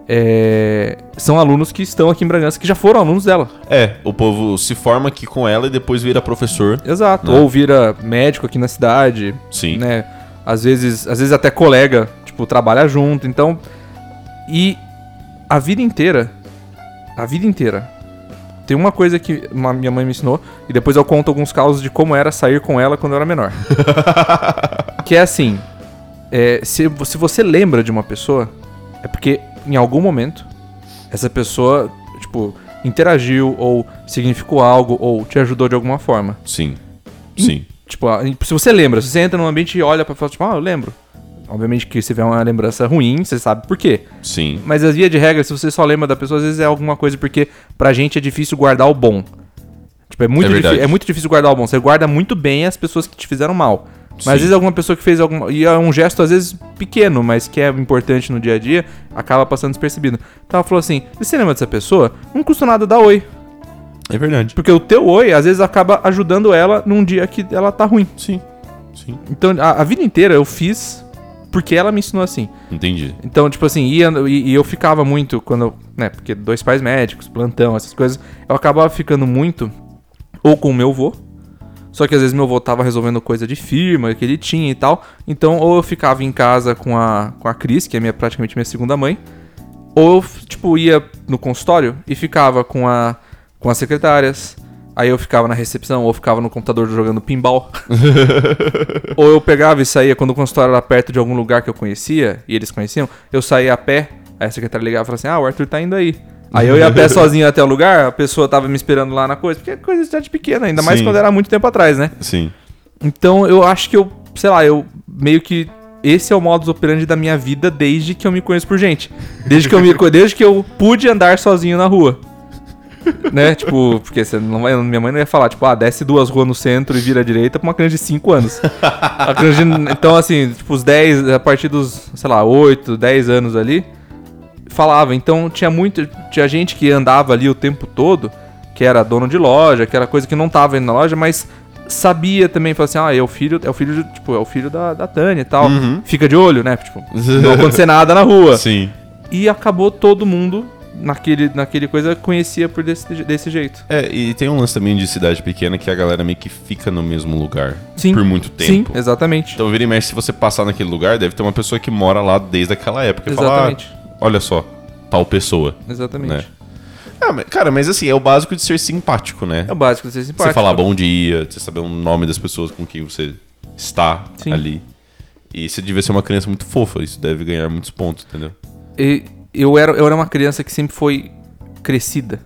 B: é, são alunos que estão aqui em Bragança, que já foram alunos dela.
A: É, o povo se forma aqui com ela e depois vira professor.
B: Exato.
A: Né?
B: Ou vira médico aqui na cidade,
A: Sim.
B: né? Às vezes, às vezes até colega, tipo, trabalha junto. Então, e a vida inteira, a vida inteira. Tem uma coisa que uma- minha mãe me ensinou e depois eu conto alguns casos de como era sair com ela quando eu era menor. que é assim, é, se, vo- se você lembra de uma pessoa, é porque em algum momento essa pessoa, tipo, interagiu ou significou algo ou te ajudou de alguma forma.
A: Sim. Sim.
B: Tipo, a- se você lembra, se você entra num ambiente e olha pra fora, tipo, ah, eu lembro. Obviamente que se tiver uma lembrança ruim, você sabe por quê.
A: Sim.
B: Mas as via de regra, se você só lembra da pessoa, às vezes é alguma coisa porque pra gente é difícil guardar o bom. Tipo, é muito,
A: É verdade.
B: difí- é muito difícil guardar o bom. Você guarda muito bem as pessoas que te fizeram mal. Mas
A: Sim.
B: às vezes alguma pessoa que fez alguma. E é um gesto, às vezes, pequeno, mas que é importante no dia a dia, acaba passando despercebido. Então ela falou assim: "E você lembra dessa pessoa? Não custa nada dar oi.
A: É verdade.
B: Porque o teu oi, às vezes, acaba ajudando ela num dia que ela tá ruim.
A: Sim. Sim.
B: Então, a, a vida inteira eu fiz porque ela me ensinou assim.
A: Entendi.
B: Então, tipo assim, ia, e, e eu ficava muito quando. eu- Né, porque dois pais médicos, plantão, essas coisas. Eu acabava ficando muito ou com o meu vô. Só que às vezes meu vô tava resolvendo coisa de firma que ele tinha e tal. Então, ou eu ficava em casa com a, com a Cris, que é minha, praticamente minha segunda mãe. Ou eu, tipo, ia no consultório e ficava com, a, com as secretárias. Aí eu ficava na recepção, ou ficava no computador jogando pinball. Ou eu pegava e saía quando o consultório era perto de algum lugar que eu conhecia, e eles conheciam, eu saía a pé, aí a secretária ligava e falava assim: Ah, o Arthur tá indo aí. Aí eu ia a pé É sozinho até o lugar, a pessoa tava me esperando lá na coisa, porque é coisa de cidade pequena, ainda mais
A: Sim.
B: quando era muito tempo atrás, né?
A: Sim.
B: Então eu acho que eu, sei lá, eu meio que. Esse é o modus operandi da minha vida desde que eu me conheço por gente. Desde que eu, me, co- desde que eu pude andar sozinho na rua. Né? Tipo, porque você não vai, minha mãe não ia falar, tipo, ah, desce duas ruas no centro e vira à direita pra uma criança de 5 anos. A criança de- então, assim, tipo, os 10, a partir dos, sei lá, 8, 10 anos ali, falava. Então tinha muito. Tinha gente que andava ali o tempo todo, que era dono de loja, que era coisa que não tava indo na loja, mas sabia também, falava assim, ah, é o filho, é o filho, de- tipo, é o filho da, da Tânia e tal.
A: Uhum.
B: Fica de olho, né? Tipo, não acontecer nada na rua.
A: Sim.
B: E acabou todo mundo naquele, naquele coisa conhecia por desse, desse jeito.
A: É, e tem um lance também de cidade pequena que a galera meio que fica no mesmo lugar
B: Sim.
A: por muito tempo.
B: Sim, exatamente.
A: Então vira e mexe, se você passar naquele lugar, deve ter uma pessoa que mora lá desde aquela época. E fala,
B: Exatamente.
A: "Ah, olha só, tal pessoa.
B: Exatamente.
A: Ah, mas- cara, mas assim, é o básico de ser simpático, né?
B: É o básico de ser simpático.
A: Você falar bom dia, você saber o nome das pessoas com quem você está
B: Sim.
A: ali. E você devia ser uma criança muito fofa, isso deve ganhar muitos pontos, entendeu?
B: E eu era, eu era uma criança que sempre foi crescida.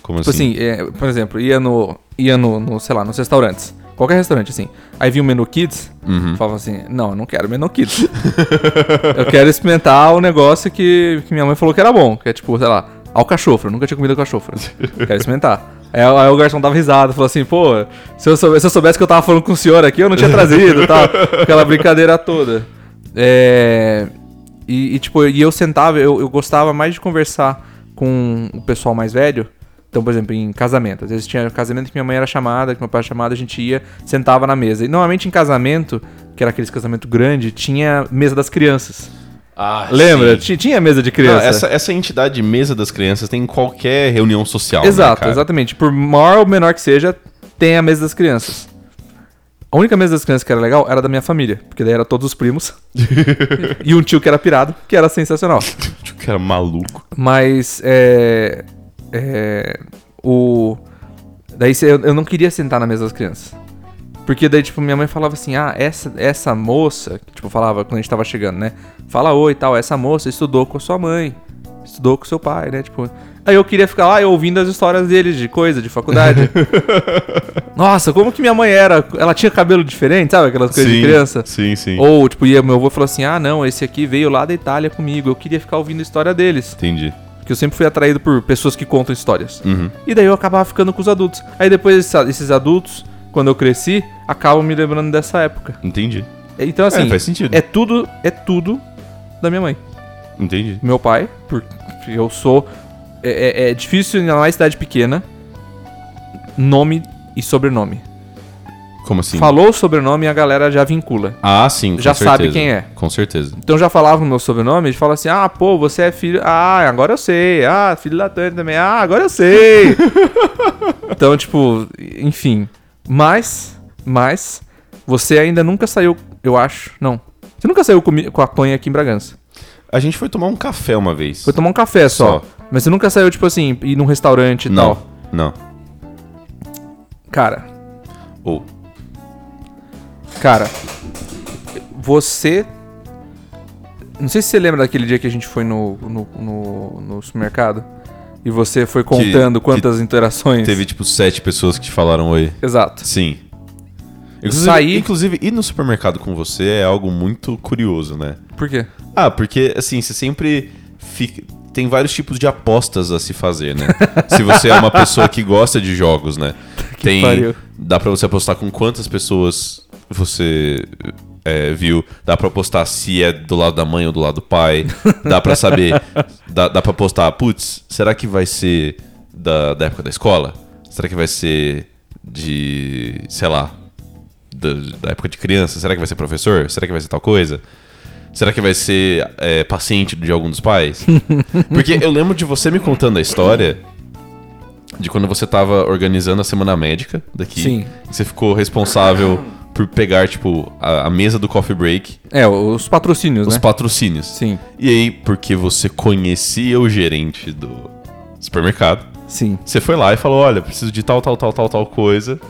A: Como
B: Tipo assim, é, por exemplo, ia no. ia no, no, sei lá, nos restaurantes. Qualquer restaurante, assim. Aí vinha o menu kids, falava assim, não, eu não quero menu kids. eu quero experimentar o negócio que, que minha mãe falou que era bom. Que é tipo, sei lá, alcachofra. Eu nunca tinha comido alcachofra. quero experimentar. Aí, aí o garçom dava risada, falou assim, pô, se eu, soubesse, se eu soubesse que eu tava falando com o senhor aqui, eu não tinha trazido, tal. Aquela brincadeira toda. É... E, e, tipo, e eu sentava, eu, eu gostava mais de conversar com o pessoal mais velho. Então, por exemplo, em casamento. Às vezes tinha casamento que minha mãe era chamada, que meu pai era chamado, a gente ia, sentava na mesa. E normalmente em casamento, que era aqueles casamento grande, tinha mesa das crianças.
A: ah,
B: Lembra? Ti- Tinha mesa de criança.
A: essa, é essa entidade de mesa das crianças tem em qualquer reunião social. né,
B: Exato,
A: cara?
B: exatamente. Por maior ou menor que seja, tem a mesa das crianças. A única mesa das crianças que era legal era da minha família, porque daí era todos os primos. e um tio que era pirado, que era sensacional.
A: Tipo, que era maluco.
B: Mas é. É. O. Daí cê- eu eu não queria sentar na mesa das crianças. Porque daí, tipo, minha mãe falava assim, ah, essa, essa moça, que, tipo, falava quando a gente tava chegando, né? Fala oi e tal, essa moça estudou com a sua mãe, estudou com seu pai, né? Tipo. Aí eu queria ficar lá eu ouvindo as histórias deles de coisa, de faculdade. Nossa, como que minha mãe era? Ela tinha cabelo diferente, sabe? Aquelas coisas de criança.
A: Sim, sim.
B: Ou, tipo, ia meu avô falou assim, ah, não, esse aqui veio lá da Itália comigo, eu queria ficar ouvindo a história deles.
A: Entendi. Uhum.
B: Porque Porque eu sempre fui atraído por pessoas que contam histórias. E daí eu acabava ficando com os adultos. Aí depois esses- esses adultos, quando eu cresci, acabam me lembrando dessa época.
A: Entendi.
B: Então assim,
A: é, faz sentido.
B: é tudo, é tudo da minha mãe.
A: Entendi.
B: Meu pai, porque eu sou. É, é- é difícil, ainda mais cidade pequena, nome e sobrenome.
A: Como assim?
B: Falou o sobrenome a galera já vincula.
A: Ah, sim. com
B: Já sabe
A: certeza.
B: quem é.
A: Com certeza.
B: Então eu já falava o meu sobrenome, eles falavam assim: ah, pô, você é filho. Ah, agora eu sei. Ah, filho da Tânia também. Ah, agora eu sei. então, tipo, enfim. Mas, mas, você ainda nunca saiu, eu acho. Não. Você nunca saiu comi- com a Tonha aqui em Bragança.
A: A gente foi tomar um café uma vez.
B: Foi tomar um café só.
A: Só.
B: Mas você nunca saiu, tipo assim, ir num restaurante e
A: Não,
B: tal.
A: não.
B: Cara,
A: Ou.
B: Cara, você. Não sei se você lembra daquele dia que a gente foi no, no, no- no supermercado e você foi contando
A: que
B: quantas interações.
A: Teve tipo sete pessoas que te falaram oi.
B: Exato.
A: Sim.
B: Saí-
A: inclusive, ir no supermercado com você é algo muito curioso, né?
B: Por quê?
A: Ah, porque assim, você sempre fica. Tem vários tipos de apostas a se fazer, né? se você é uma pessoa que gosta de jogos, né? tem.
B: pariu.
A: Dá pra você apostar com quantas pessoas você é, viu. Dá pra apostar se é do lado da mãe ou do lado do pai. Dá pra saber. dá, dá pra apostar, putz, será que vai ser da, da época da escola? Será que vai ser de. sei lá. Da, da época de criança? Será que vai ser professor? Será que vai ser tal coisa? Será que vai ser é, paciente de algum dos pais? Porque eu lembro de você me contando a história de quando você tava organizando a semana médica daqui.
B: Sim.
A: E você ficou responsável por pegar, tipo, a, a mesa do coffee break,
B: É, os patrocínios,
A: os
B: né?
A: patrocínios.
B: Sim,
A: E aí, porque você conhecia o gerente do supermercado,
B: sim.
A: você foi lá e falou: olha, preciso de tal, tal, tal, tal, tal coisa.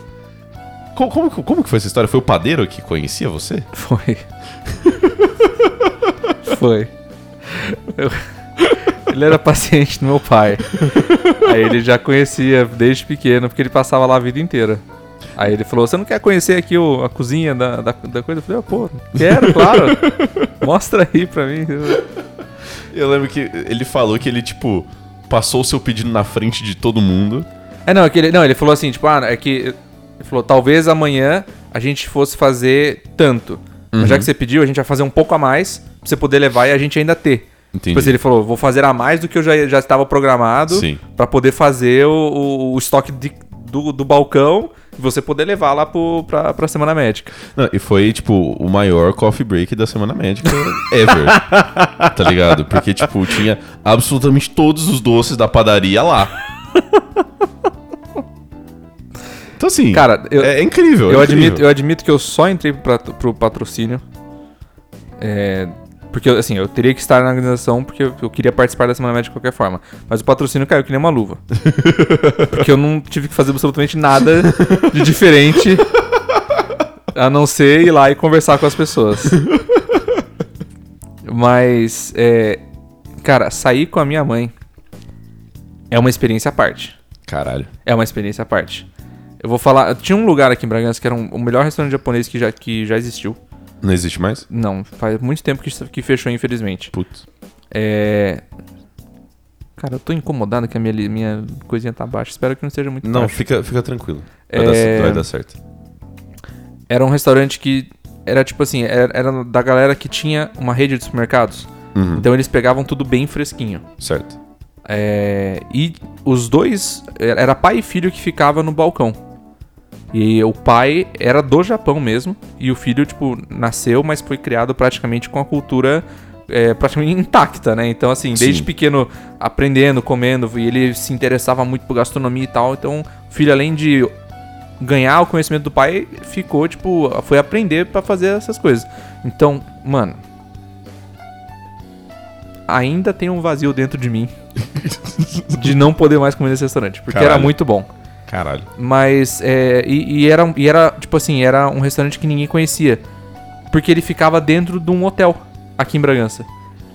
A: Co- Como, que- como que foi essa história? Foi o padeiro que conhecia você?
B: Foi. foi. Eu- Ele era paciente do meu pai. Aí ele já conhecia desde pequeno, porque ele passava lá a vida inteira. Aí ele falou: Você não quer conhecer aqui o- a cozinha da, da, da coisa? Eu falei: "Ah, Pô, quero, claro. Mostra aí pra mim.
A: Eu lembro que ele falou que ele, tipo, passou o seu pedido na frente de todo mundo.
B: É, não, é que ele, não, ele falou assim: Tipo, ah, é que. Ele falou: Talvez amanhã a gente fosse fazer tanto. Mas já que você pediu, a gente vai fazer um pouco a mais pra você poder levar e a gente ainda ter.
A: Entendi.
B: Tipo assim, ele falou, vou fazer a mais do que eu já, já estava programado
A: Sim.
B: pra poder fazer o, o- o estoque de- do, do balcão e você poder levar lá pro, pra, pra semana médica.
A: Não, e foi, tipo, o maior coffee break da semana médica ever. tá ligado? Porque, tipo, tinha absolutamente todos os doces da padaria lá. Então, assim,
B: Cara, eu,
A: é, é incrível. é
B: eu,
A: incrível.
B: admito, eu admito que eu só entrei pra, pro patrocínio. É, porque, assim, eu teria que estar na organização porque eu, eu queria participar da semana médica de qualquer forma. Mas o patrocínio caiu que nem uma luva. porque eu não tive que fazer absolutamente nada de diferente. A não ser ir lá e conversar com as pessoas. Mas, é, cara, sair com a minha mãe é uma experiência à parte.
A: Caralho.
B: É uma experiência à parte. Eu vou falar. Tinha um lugar aqui em Bragança que era um- o melhor restaurante japonês que já, que já existiu.
A: Não existe mais?
B: Não, faz muito tempo que, isso- que fechou, infelizmente.
A: Putz.
B: É. Cara, eu tô incomodado que a minha, li- minha coisinha tá baixa. Espero que não seja muito
A: Não,
B: baixo.
A: fica, fica tranquilo. Vai, dar,
B: É.
A: cer- vai dar certo.
B: Era um restaurante que era tipo assim: era, era da galera que tinha uma rede de supermercados.
A: Uhum,
B: Então eles pegavam tudo bem fresquinho.
A: certo.
B: É, e os dois. é, Era pai e filho que ficava no balcão. E o pai era do Japão mesmo. E o filho, tipo, nasceu, mas foi criado praticamente com a cultura. é, praticamente intacta, né? Então, assim, desde
A: Sim.
B: pequeno aprendendo, comendo, e ele se interessava muito por gastronomia e tal. Então, o filho, além de ganhar o conhecimento do pai, ficou, tipo, foi aprender pra fazer essas coisas. Então, mano. Ainda tem um vazio dentro de mim de não poder mais comer nesse restaurante, porque era
A: Caralho.
B: muito bom.
A: Caralho.
B: Mas, é, e, e era, um- e era, tipo assim, era um restaurante que ninguém conhecia. Porque ele ficava dentro de um hotel aqui em Bragança.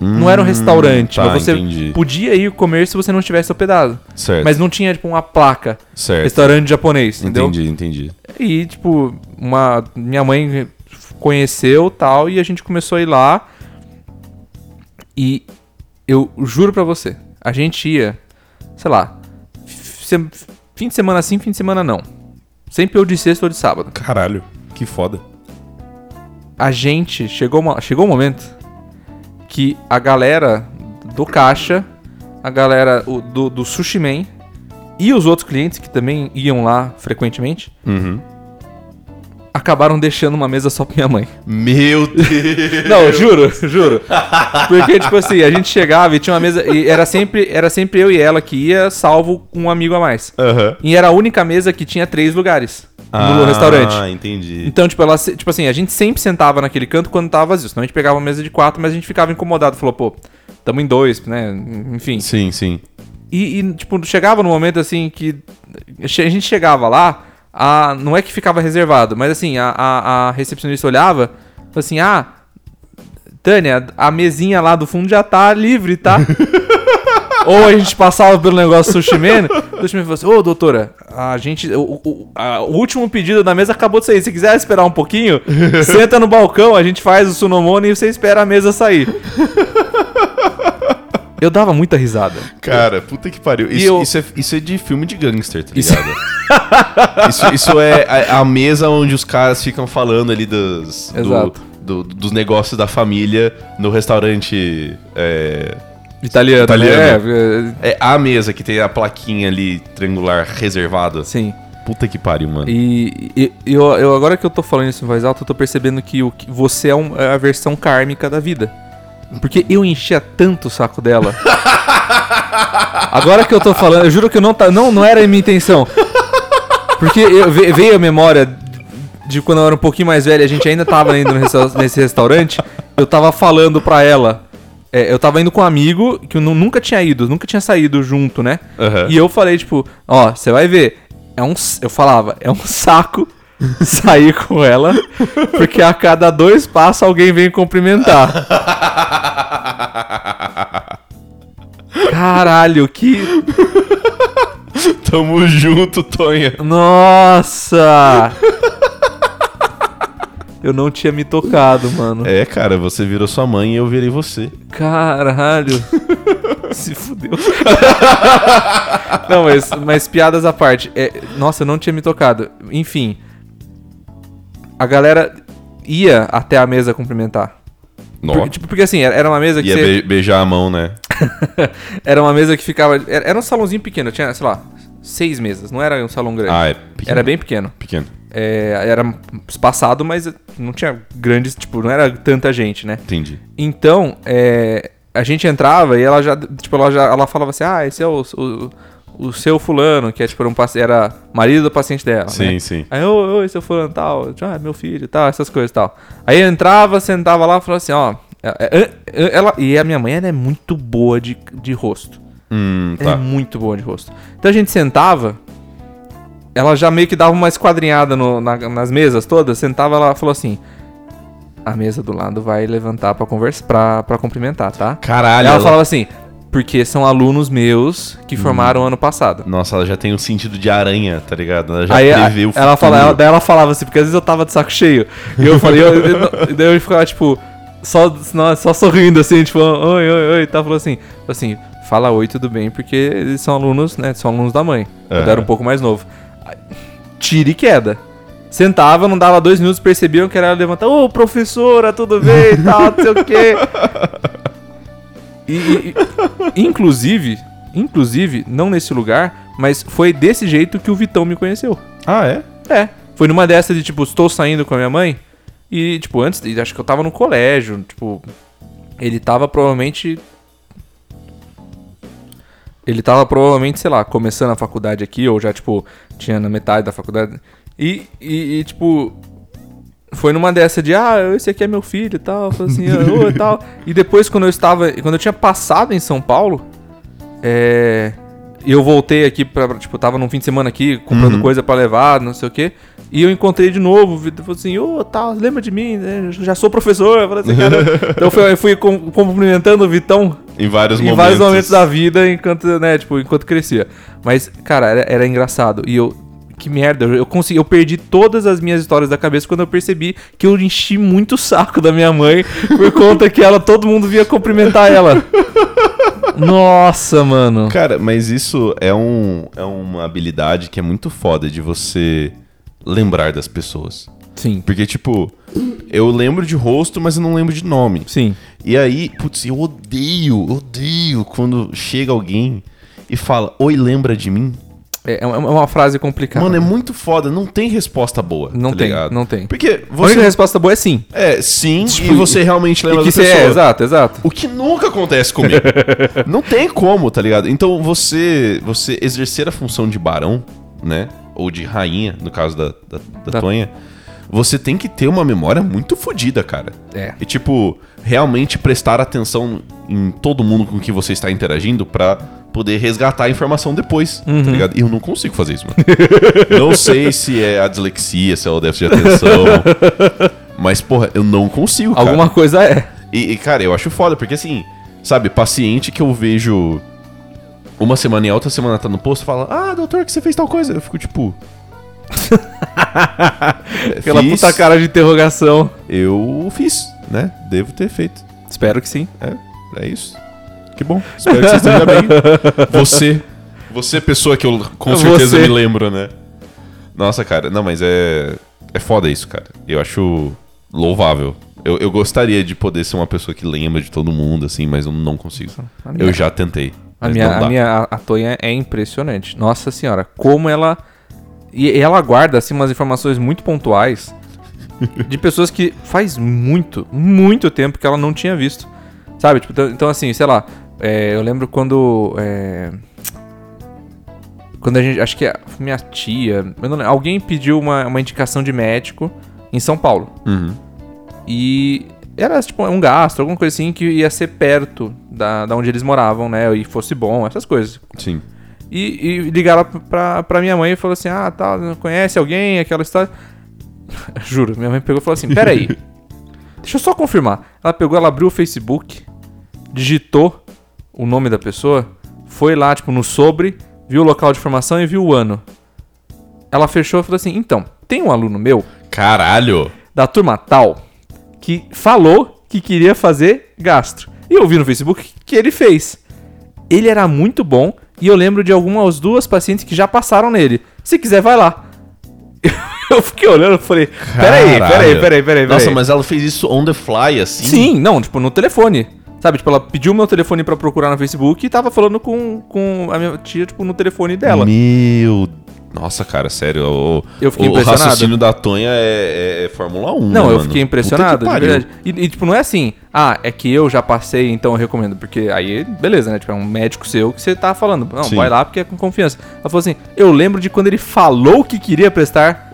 B: Não era um
A: Hum,
B: restaurante,
A: tá,
B: mas você
A: entendi.
B: podia ir comer se você não estivesse hospedado.
A: Certo,
B: Mas não tinha, tipo, uma placa,
A: certo.
B: restaurante japonês, entendeu?
A: Entendi, entendi.
B: E, tipo, uma, minha mãe conheceu tal, e a gente começou a ir lá. E eu juro pra você, a gente ia, sei lá, se- fim de semana sim, fim de semana não. Sempre ou de sexta ou de sábado.
A: Caralho, que foda.
B: A gente chegou uma, chegou um momento que a galera do caixa, a galera o- do, do sushi man e os outros clientes que também iam lá frequentemente
A: Uhum.
B: acabaram deixando uma mesa só pra minha mãe.
A: Meu Deus!
B: Não, juro, juro. Porque, tipo assim, a gente chegava e tinha uma mesa. E era sempre, era sempre eu e ela que ia, salvo um amigo a mais.
A: Aham.
B: E era a única mesa que tinha três lugares no
A: Ah,
B: restaurante.
A: entendi.
B: Então, tipo, ela, se- tipo assim, a gente sempre sentava naquele canto quando tava vazio. Senão a gente pegava uma mesa de quatro, mas a gente ficava incomodado. Falou, pô, tamo em dois, né? Enfim.
A: Sim, sim.
B: E, e, tipo, chegava no momento assim que che- a gente chegava lá, a, não é que ficava reservado, mas assim, a, a- a recepcionista olhava, falava assim: ah, Tânia, a mesinha lá do fundo já tá livre, tá? Ou a gente passava pelo negócio do sushi man, o sushi man falou assim, ô doutora, a gente, o, o- a- o último pedido da mesa acabou de sair, se quiser esperar um pouquinho, senta no balcão, a gente faz o sunomone e você espera a mesa sair. Eu dava muita risada.
A: Cara, puta que pariu.
B: E
A: Isso,
B: eu-
A: isso é, isso é de filme de gangster, tá
B: Isso-
A: ligado? Isso, isso é a, a mesa onde os caras ficam falando ali dos, do-
B: Exato.
A: do- dos negócios da família no restaurante. É,
B: Italiano.
A: Italiano.
B: né? É,
A: é a mesa que tem a plaquinha ali triangular reservada.
B: é, sim.
A: Puta que pariu, mano.
B: E, e- eu, eu- agora que eu tô falando isso em voz alta, eu tô percebendo que, o, que você é, um- é a versão kármica da vida. Porque eu enchia tanto o saco dela. Agora que eu tô falando, eu juro que eu não, tá, não, não era a minha intenção. Porque eu, ve- veio a memória de quando eu era um pouquinho mais velho, a gente ainda tava indo no resta- nesse restaurante, eu tava falando pra ela. é, eu tava indo com um amigo que eu nu- nunca tinha ido, nunca tinha saído junto, né?
A: Aham.
B: E eu falei, tipo, ó, você vai ver. É um, s- eu falava, é um saco sair com ela, porque a cada dois passos alguém vem cumprimentar. Caralho, que.
A: Tamo junto, Tonha.
B: Nossa! Eu não tinha me tocado, mano.
A: É, cara, você virou sua mãe e eu virei você.
B: Caralho. Se fudeu. não, mas, mas piadas à parte. É, nossa, eu não tinha me tocado. Enfim. A galera ia até a mesa cumprimentar. Por-
A: Nossa.
B: tipo, porque assim, era era uma mesa que
A: Ia
B: você-
A: be- beijar a mão, né?
B: era uma mesa que ficava. Era, era um salãozinho pequeno, tinha, sei lá, seis mesas. Não era um salão grande.
A: Ah, é pequeno.
B: Era bem pequeno.
A: pequeno.
B: É, era espaçado, mas não tinha grandes, tipo, não era tanta gente, né?
A: Entendi.
B: Então, é, a gente entrava e ela já, tipo, ela já, ela falava assim, ah, esse é o, o, o seu fulano, que é, tipo, era um paci- era marido do paciente dela, né?
A: Sim, sim.
B: Aí, ô, ô, esse é o fulano tal, Eu, ah, meu filho tal, essas coisas tal. Aí eu entrava, sentava lá e falava assim, ó, é, é, é, ela, e a minha mãe, ela é muito boa de, de rosto.
A: Hum,
B: Ela é
A: tá.
B: muito boa de rosto. Então a gente sentava, ela já meio que dava uma esquadrinhada no- na- nas mesas todas, sentava ela falou assim: A mesa do lado vai levantar pra conversar, pra, pra cumprimentar, tá?
A: Caralho.
B: ela
A: ela-
B: falava assim: Porque são alunos meus
A: Hum.
B: que formaram ano passado.
A: Nossa, ela já tem um sentido de aranha, tá ligado? Ela já
B: Aí a-
A: prevê o futuro.
B: ela, fala, ela, daí ela falava assim, porque às vezes eu tava de saco cheio. E eu falei, eu, eu, eu- daí eu ficava tipo, só, não, só sorrindo assim, tipo, oi, oi, oi. E tá, falou assim, falou assim, fala oi, tudo bem, porque eles são alunos, né? São alunos da mãe. Eu
A: Aham.
B: era um pouco mais novo. Aí, Tira e queda. Sentava, não dava dois minutos, percebiam que era ela levantar, ô professora, tudo bem e tal, não sei o quê. E, e- e- inclusive, inclusive, não nesse lugar, mas foi desse jeito que o Vitão me conheceu.
A: Ah, é?
B: É. Foi numa dessa de, tipo, estou saindo com a minha mãe. E, tipo, antes, e acho que eu tava no colégio. Tipo, ele tava provavelmente. Ele tava provavelmente, sei lá, começando a faculdade aqui, ou já, tipo, tinha na metade da faculdade. E, e, e, tipo. Foi numa dessa de, ah, esse aqui é meu filho e tal. Falei assim, ô, e tal. E depois, quando eu estava. Quando eu tinha passado em São Paulo, é. E eu voltei aqui pra. pra- Tipo, tava num fim de semana aqui, comprando coisa pra levar, não sei o quê. E eu encontrei de novo, o Vitor falou assim, ô, tal, lembra de mim, né? Eu Já sou professor. Eu falei assim, cara. então eu fui, eu fui com- cumprimentando o Vitão
A: Em vários
B: em
A: momentos.
B: vários momentos da vida enquanto, né, tipo, enquanto crescia. Mas, cara, era, era engraçado. E eu. Que merda, eu eu consegui, eu perdi todas as minhas histórias da cabeça quando eu percebi que eu enchi muito o saco da minha mãe por conta que ela, todo mundo via cumprimentar ela. Nossa, mano.
A: Cara, mas isso é, um, é uma habilidade que é muito foda de você lembrar das pessoas.
B: Sim.
A: Porque, tipo, eu lembro de rosto, mas eu não lembro de nome.
B: Sim.
A: E aí, putz, eu odeio, odeio quando chega alguém e fala, oi, lembra de mim?
B: É, é uma- é uma frase complicada.
A: Mano, é muito foda, não tem resposta boa.
B: Não
A: tá
B: tem,
A: ligado?
B: não tem.
A: Porque
B: A única
A: você.
B: resposta boa é sim.
A: É, sim, e
B: Tipo,
A: você realmente lembra
B: e que
A: da
B: você
A: pessoa.
B: é, exato, exato.
A: O que nunca acontece comigo. não tem como, tá ligado? Então você você exercer a função de barão, né? Ou de rainha, no caso da, da, da
B: Da-
A: Tonha, você tem que ter uma memória muito fodida, cara.
B: É.
A: E tipo, realmente prestar atenção em todo mundo com que você está interagindo pra poder resgatar a informação depois,
B: Uhum.
A: tá ligado? E eu não consigo fazer isso, mano. não sei se é a dislexia, se é o déficit de atenção. mas, porra, eu não consigo, cara.
B: Alguma coisa é.
A: E, e, cara, eu acho foda, porque assim, sabe, paciente que eu vejo uma semana e a outra semana tá no posto fala, ah, doutor, que você fez tal coisa. Eu fico tipo. "É,
B: Aquela
A: fiz,
B: puta cara de interrogação.
A: Eu fiz, né? Devo ter feito.
B: Espero que sim.
A: É, é isso. Que bom. Espero que você esteja bem. Você. Você, é pessoa que eu com certeza
B: Você.
A: me lembro, né? Nossa, cara. Não, mas é. É foda isso, cara. Eu acho louvável. Eu, eu gostaria de poder ser uma pessoa que lembra de todo mundo, assim, mas eu não consigo.
B: A minha-
A: Eu já tentei.
B: A
A: mas
B: minha,
A: não dá.
B: a minha a- a Toinha é impressionante. Nossa senhora, como ela. E e ela guarda assim, umas informações muito pontuais de pessoas que faz muito, muito tempo que ela não tinha visto. Sabe? Tipo, então, então, assim, sei lá. é, eu lembro quando. é, quando a gente. Acho que a- foi minha tia. eu não lembro, alguém pediu uma, uma indicação de médico em São Paulo.
A: Uhum.
B: E era tipo um gasto, alguma coisa assim que ia ser perto da, da onde eles moravam, né? E fosse bom, essas coisas.
A: Sim.
B: E, e ligaram pra, pra minha mãe e falou assim: Ah, tá, conhece alguém? Aquela história. Juro, minha mãe pegou e falou assim: Peraí, deixa eu só confirmar. Ela pegou, ela abriu o Facebook, digitou o nome da pessoa, foi lá, tipo, no sobre, viu o local de formação e viu o ano. Ela fechou e falou assim: Então, tem um aluno meu
A: Caralho!
B: da turma tal que falou que queria fazer gastro. E eu vi no Facebook que ele fez. Ele era muito bom e eu lembro de algumas duas pacientes que já passaram nele. Se quiser, vai lá. Eu fiquei olhando e falei: peraí,
A: Caralho.
B: peraí, peraí, peraí.
A: Nossa,
B: peraí."
A: mas ela fez isso on the fly, assim?
B: Sim, não, tipo, no telefone. Sabe, tipo, ela pediu meu telefone pra procurar no Facebook e tava falando com, com a minha tia, tipo, no telefone dela.
A: Meu. Nossa, cara, sério. O,
B: Eu fiquei
A: o
B: impressionado.
A: raciocínio da Tonha é, é- é Fórmula 1.
B: Não,
A: né,
B: eu
A: mano?
B: fiquei impressionado,
A: Puta
B: de
A: que pariu.
B: verdade. E, e, tipo, não é assim, ah, é que eu já passei, então eu recomendo. Porque aí, beleza, né? Tipo, é um médico seu que você tá falando. Não,
A: Sim.
B: vai lá porque é com confiança. Ela falou assim, eu lembro de quando ele falou que queria prestar.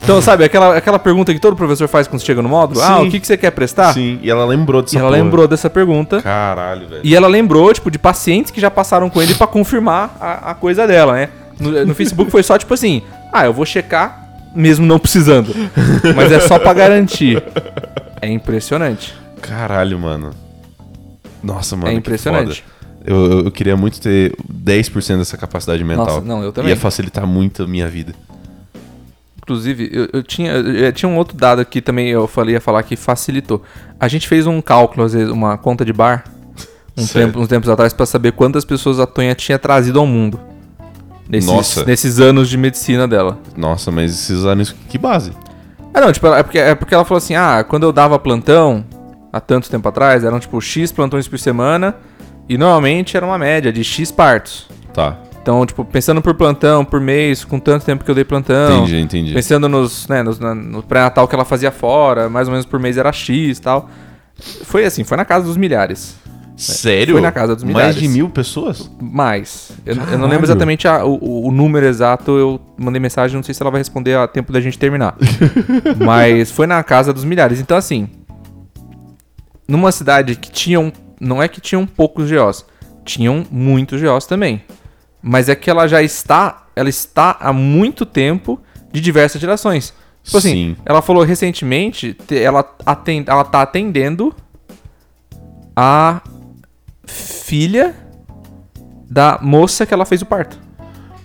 B: Então, sabe, aquela, aquela pergunta que todo professor faz quando chega no módulo. Ah,
A: Sim.
B: o que, que você quer prestar?
A: Sim, e ela lembrou dessa
B: E ela
A: porra.
B: lembrou dessa pergunta.
A: Caralho, velho.
B: E ela lembrou, tipo, de pacientes que já passaram com ele pra confirmar a, a coisa dela, né? No, no Facebook foi só, tipo assim, ah, eu vou checar mesmo não precisando. Mas é só pra garantir. É impressionante.
A: Caralho, mano. Nossa, mano.
B: É
A: que
B: impressionante.
A: foda. Eu, eu- eu queria muito ter 10% dessa capacidade mental.
B: Nossa, não, eu também.
A: Ia facilitar muito a minha vida.
B: Inclusive, eu, eu tinha, eu tinha um outro dado aqui também, eu falei, ia falar que facilitou. A gente fez um cálculo, às vezes, uma conta de bar, um
A: Sério?
B: tempo- uns tempos atrás, pra saber quantas pessoas a Tonha tinha trazido ao mundo. Nesses,
A: Nossa.
B: Nesses anos de medicina dela.
A: Nossa, mas esses anos, que base.
B: Ah, não, tipo, ela- é porque, é porque ela falou assim, ah, quando eu dava plantão, há tanto tempo atrás, eram tipo X plantões por semana, e normalmente era uma média de X partos.
A: Tá,
B: Então, tipo, pensando por plantão, por mês, com tanto tempo que eu dei plantão.
A: entendi, entendi.
B: Pensando nos, né, nos- na- no pré-natal que ela fazia fora, mais ou menos por mês era X e tal. Foi assim, foi na casa dos milhares.
A: Sério?
B: Foi na casa dos
A: Mais
B: milhares.
A: de mil pessoas?
B: Mas, eu, eu não
A: Caralho.
B: lembro exatamente a- o, o número exato, eu mandei mensagem, não sei se ela vai responder a tempo da gente terminar. Mas foi na casa dos milhares. Então, assim, numa cidade que tinham, não é que tinham poucos GOs, tinham muitos GOs também. Mas é que ela já está, ela está há muito tempo de diversas gerações. Tipo assim,
A: Sim.
B: ela falou recentemente, te- ela, aten- ela tá atendendo a filha da moça que ela fez o parto.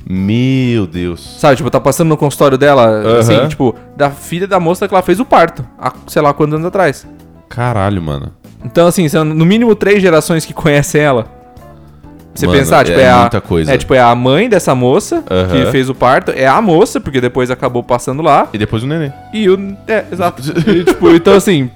A: Meu Deus.
B: Sabe, tipo, tá passando no consultório dela, assim,
A: Aham.
B: tipo, da filha da moça que ela fez o parto, há sei lá quantos anos atrás.
A: Caralho, mano.
B: Então, assim, são no mínimo três gerações que conhecem ela. você
A: Mano,
B: pensar, tipo,
A: é
B: é, a,
A: muita coisa.
B: É, tipo, é a mãe dessa moça que
A: Aham.
B: fez o parto, é a moça, porque depois acabou passando lá,
A: E depois o neném.
B: e o. É, exato. E, tipo, então assim.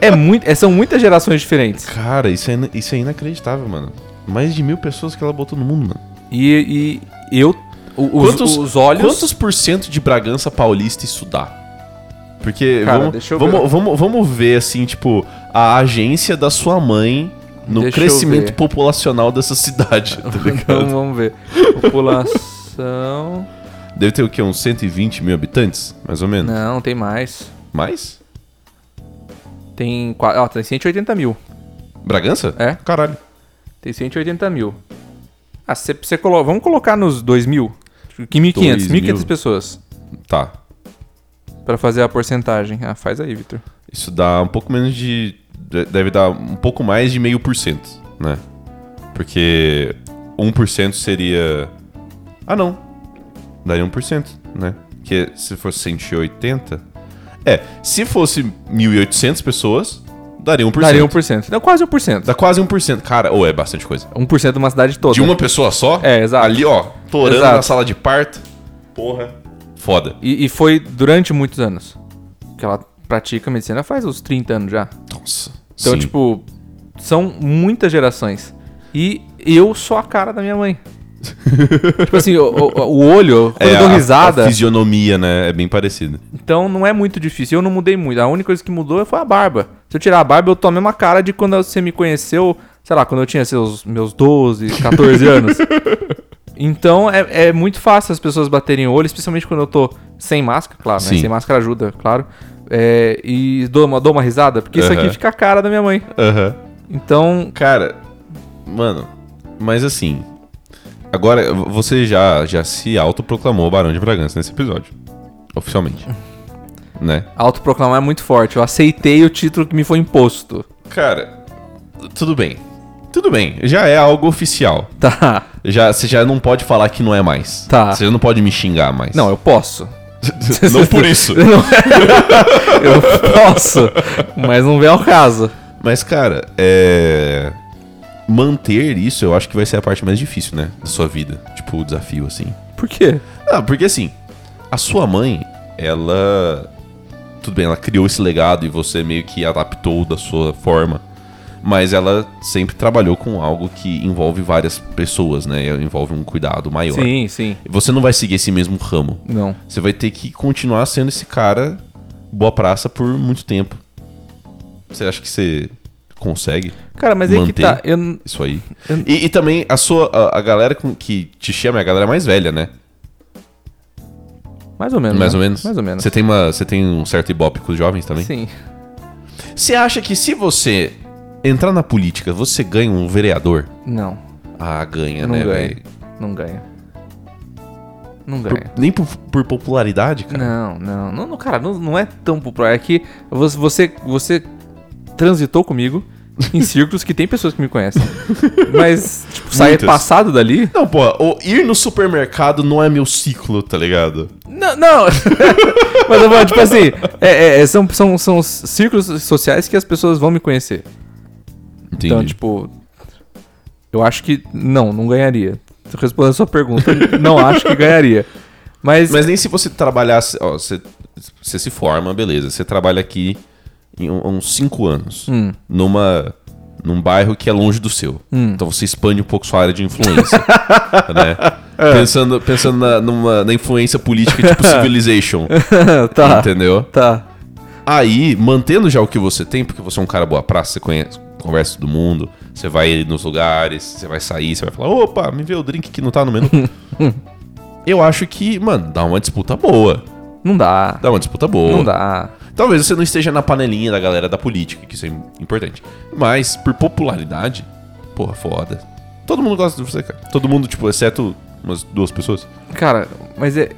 B: É muito, é- são muitas gerações diferentes.
A: Cara, isso é, isso é inacreditável, mano. Mais de mil pessoas que ela botou no mundo, mano.
B: E, e eu. o- Os,
A: Quantos-
B: os olhos.
A: Quantos por cento de Bragança Paulista isso dá? Porque
B: Cara,
A: vamos,
B: deixa eu
A: vamos,
B: ver.
A: Vamos, vamos ver, assim, tipo, a agência da sua mãe no
B: Deixa eu ver.
A: crescimento populacional dessa cidade, tá ligado?
B: Então vamos ver. População.
A: Deve ter o quê? Uns 120 mil habitantes, mais ou menos?
B: Não, tem mais.
A: Mais?
B: Tem. qua- Ó, tem 180 mil.
A: Bragança?
B: É.
A: Caralho.
B: Tem 180 mil. Ah, se você colo... vamos colocar nos 2 mil? Que 1.500. 1.500
A: 2.000.
B: pessoas.
A: Tá.
B: Pra fazer a porcentagem. Ah, faz aí, Vitor.
A: Isso dá um pouco menos de. de- Deve dar um pouco mais de meio por cento, né? Porque 1% seria. Ah, não. Daria 1%, né? Porque se fosse 180. É, se fosse 1.800 pessoas, daria 1%.
B: Daria 1%. Não, quase 1%.
A: Dá quase 1%. Cara, ou é bastante coisa.
B: 1% de uma cidade toda.
A: De uma pessoa só?
B: É, exato.
A: Ali, ó, torando
B: Exato.
A: na sala de parto. Porra. Foda.
B: E, e foi durante muitos anos. Que ela pratica medicina faz uns 30 anos já.
A: Nossa.
B: Então,
A: Sim.
B: tipo, são muitas gerações. E eu sou a cara da minha mãe. tipo assim, o, o- o olho, quando
A: é,
B: eu dou
A: a-
B: risada,
A: A fisionomia, né? É bem parecida.
B: então não é muito difícil. Eu não mudei muito. A única coisa que mudou foi a barba. Se eu tirar a barba, eu tô a mesma cara de quando você me conheceu, sei lá, quando eu tinha seus meus 12, 14 anos. Então é, é muito fácil as pessoas baterem o olho, especialmente quando eu tô sem máscara, claro, né?
A: Sim.
B: Sem máscara ajuda, claro. É, e dou uma, dou uma risada, porque isso aqui
A: Aham.
B: fica a cara da minha mãe.
A: Aham.
B: Então,
A: Cara, mano, mas assim. Agora, você já, já se autoproclamou Barão de Bragança nesse episódio. Oficialmente. né?
B: Autoproclamar é muito forte. Eu aceitei o título que me foi imposto.
A: Cara, tudo bem. Tudo bem, já é algo oficial.
B: Tá.
A: Já, você já não pode falar que não é mais.
B: Tá.
A: Você não pode me xingar mais.
B: Não, eu posso.
A: não por isso.
B: Não- eu posso. Mas não vem ao caso.
A: Mas, cara, é. Manter isso eu acho que vai ser a parte mais difícil, né? Da sua vida. Tipo, o desafio, assim.
B: Por quê?
A: Ah, porque assim, a sua mãe, ela. Tudo bem, ela criou esse legado e você meio que adaptou da sua forma. Mas ela sempre trabalhou com algo que envolve várias pessoas, né? Envolve um cuidado maior.
B: Sim, sim.
A: Você não vai seguir esse mesmo ramo.
B: Não.
A: Você vai ter que continuar sendo esse cara boa praça por muito tempo. Você acha que você consegue
B: Cara, mas aí que
A: Manter.
B: tá. Eu, n-
A: isso aí?
B: Eu-
A: E, e também a sua. A, a galera com- que te chama é a galera mais velha, né?
B: mais ou menos.
A: É Mais
B: né?
A: ou menos?
B: Mais ou menos.
A: Você tem, uma, você tem um certo ibope com os jovens também?
B: Sim.
A: Você acha que se você entrar na política, você ganha um vereador?
B: Não.
A: Ah, ganha,
B: Não
A: né,
B: ganha.
A: velho?
B: Não ganha. Não
A: Por-
B: ganha.
A: Nem por, por popularidade, cara?
B: Não, não, não, não, cara, não, não é tão popular. É que você, você, você transitou comigo em círculos que tem pessoas que me conhecem. Mas, tipo, sair
A: Muitas.
B: passado dali.
A: Não, pô, o ir no supermercado não é meu ciclo, tá ligado?
B: Não, não! Mas eu vou, tipo assim, é- é- é, são, são, são círculos sociais que as pessoas vão me conhecer.
A: Entendi.
B: Então, tipo, eu acho que não, não ganharia. Tô Respondendo a sua pergunta, não acho que ganharia. Mas,
A: Mas nem se você trabalhasse. Ó, você, você se forma, beleza. Você trabalha aqui em um- uns 5 anos. Numa. Num bairro que é longe do seu. Então você expande um pouco sua área de influência. né? Pensando, pensando na, numa, na influência política tipo Civilization.
B: tá,
A: Entendeu?
B: tá.
A: Aí, mantendo já o que você tem, porque você é um cara boa praça, você conhece, conversa com todo mundo, você vai nos lugares, você vai sair, você vai falar, opa, me vê o drink que não tá no menu. Eu acho que, mano, dá uma disputa boa.
B: Não dá.
A: Dá uma disputa boa.
B: Não dá.
A: Talvez você não esteja na panelinha da galera da política, que isso é im- importante. Mas, por popularidade, porra, foda. Todo mundo gosta de você, cara. Todo mundo, tipo, exceto umas duas pessoas.
B: Cara, mas é.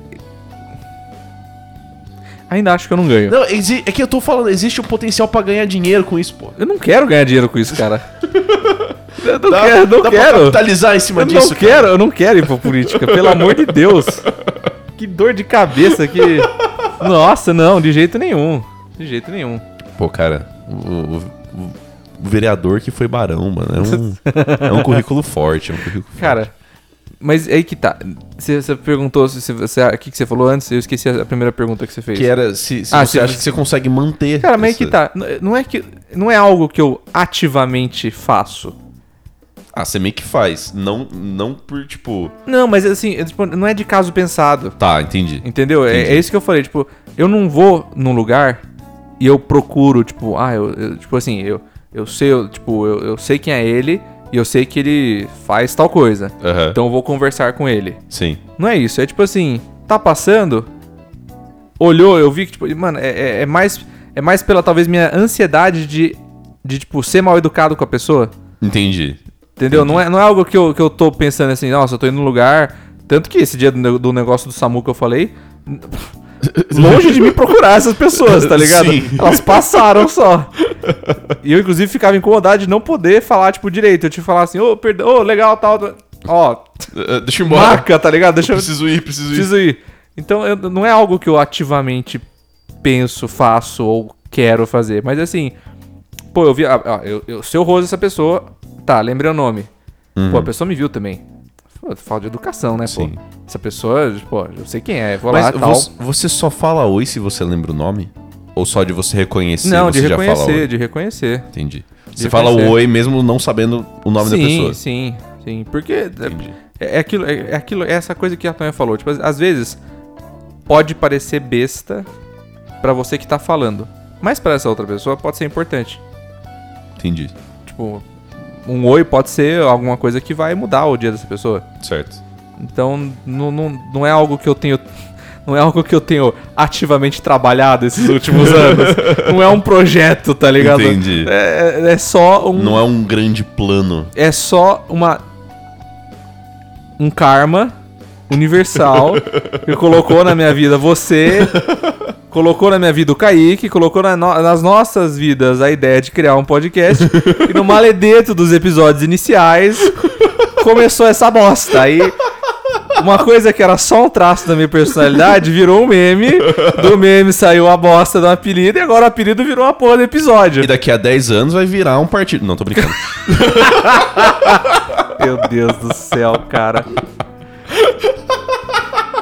B: Ainda acho que eu não ganho.
A: Não, exi- é que eu tô falando, existe um potencial pra ganhar dinheiro com isso, pô.
B: Eu não quero ganhar dinheiro com isso, cara. eu não
A: Dá-
B: quero,
A: dá
B: não
A: pra
B: quero.
A: capitalizar em cima
B: Eu
A: disso,
B: não
A: cara.
B: quero, eu não quero ir pra política, pelo amor de Deus. Que dor de cabeça que. Nossa, não, de jeito nenhum. De jeito nenhum.
A: Pô, cara, o, o- o- vereador que foi barão, mano. É um, é um currículo forte, é um currículo forte.
B: Cara, mas aí que tá. Você, você perguntou se- se você- o que que você falou antes, eu esqueci a a primeira pergunta que você fez.
A: que é era se, se
B: Ah,
A: você
B: sim,
A: acha
B: sim.
A: que você consegue manter.
B: Cara, mas aí
A: essa-
B: que tá. N- Não é que não é algo que eu ativamente faço.
A: Ah, você meio que faz. Não, não por, tipo.
B: Não, mas assim, é, tipo, não é de caso pensado.
A: Tá, entendi.
B: Entendeu? É,
A: Entendi.
B: é isso que eu falei, tipo, eu não vou num lugar e eu procuro, tipo, ah, eu, eu- tipo assim, eu eu sei, eu, tipo, eu, eu sei quem é ele e eu sei que ele faz tal coisa.
A: Aham.
B: Então eu vou conversar com ele.
A: Sim.
B: Não é isso, é tipo assim, tá passando, olhou, eu vi que, tipo, mano, é, é- é mais é mais pela talvez minha ansiedade de, de tipo, ser mal educado com a pessoa.
A: Entendi.
B: Entendeu? Não é, não é algo que eu, que eu tô pensando assim, nossa, eu tô indo num lugar. Tanto que esse dia do, ne- do negócio do Samu que eu falei. n- Longe de me procurar essas pessoas, tá ligado?
A: Sim.
B: Elas passaram só. E eu, inclusive, ficava incomodado de não poder falar, tipo, direito. Eu te falar assim, ô, perdão, ô, legal, tal. tal. Ó,
A: Eh, eh, deixa eu ir embora.
B: marca, tá ligado? Deixa eu.
A: Preciso ir, preciso ir.
B: Preciso ir. Então, eu- não é algo que eu ativamente penso, faço ou quero fazer. Mas assim, pô, eu vi. ah, ah, eu, eu, se eu roso essa pessoa, tá, lembrei o nome. Pô, a pessoa me viu também. Pô, falta de educação, né,
A: Hum. Sim.
B: pô? Essa pessoa, pô, eu sei quem é, vou lá
A: Mas
B: tal.
A: você, você só fala oi se você lembra o nome? Ou só de você reconhecer?
B: Não, de
A: você já fala
B: reconhecer,
A: oi?
B: de reconhecer.
A: Entendi. Você fala
B: reconhecer.
A: oi mesmo não sabendo o nome
B: sim,
A: da pessoa.
B: Sim, sim. Porque
A: Entendi.
B: é, é aquilo, é, é aquilo, é essa coisa que a Tonha falou. Tipo, às- às vezes pode parecer besta pra você que tá falando, mas pra essa outra pessoa pode ser importante.
A: Entendi.
B: Tipo, um oi pode ser alguma coisa que vai mudar o dia dessa pessoa.
A: Certo.
B: Então, não, não, não é algo que eu tenho. Não é algo que eu tenho ativamente trabalhado esses últimos anos. Não é um projeto, tá ligado?
A: Entendi.
B: É, é- é só um.
A: Não é um grande plano.
B: É só uma. Um karma universal que colocou na minha vida você, colocou na minha vida o Kaique, colocou na no- nas nossas vidas a ideia de criar um podcast e no maledeto dos episódios iniciais começou essa bosta. Aí uma coisa que era só um traço da minha personalidade virou um meme, do meme saiu a bosta do apelido e agora o apelido virou uma porra do episódio.
A: E daqui a 10 anos vai virar um partido. Não, tô brincando.
B: Meu Deus do céu, cara.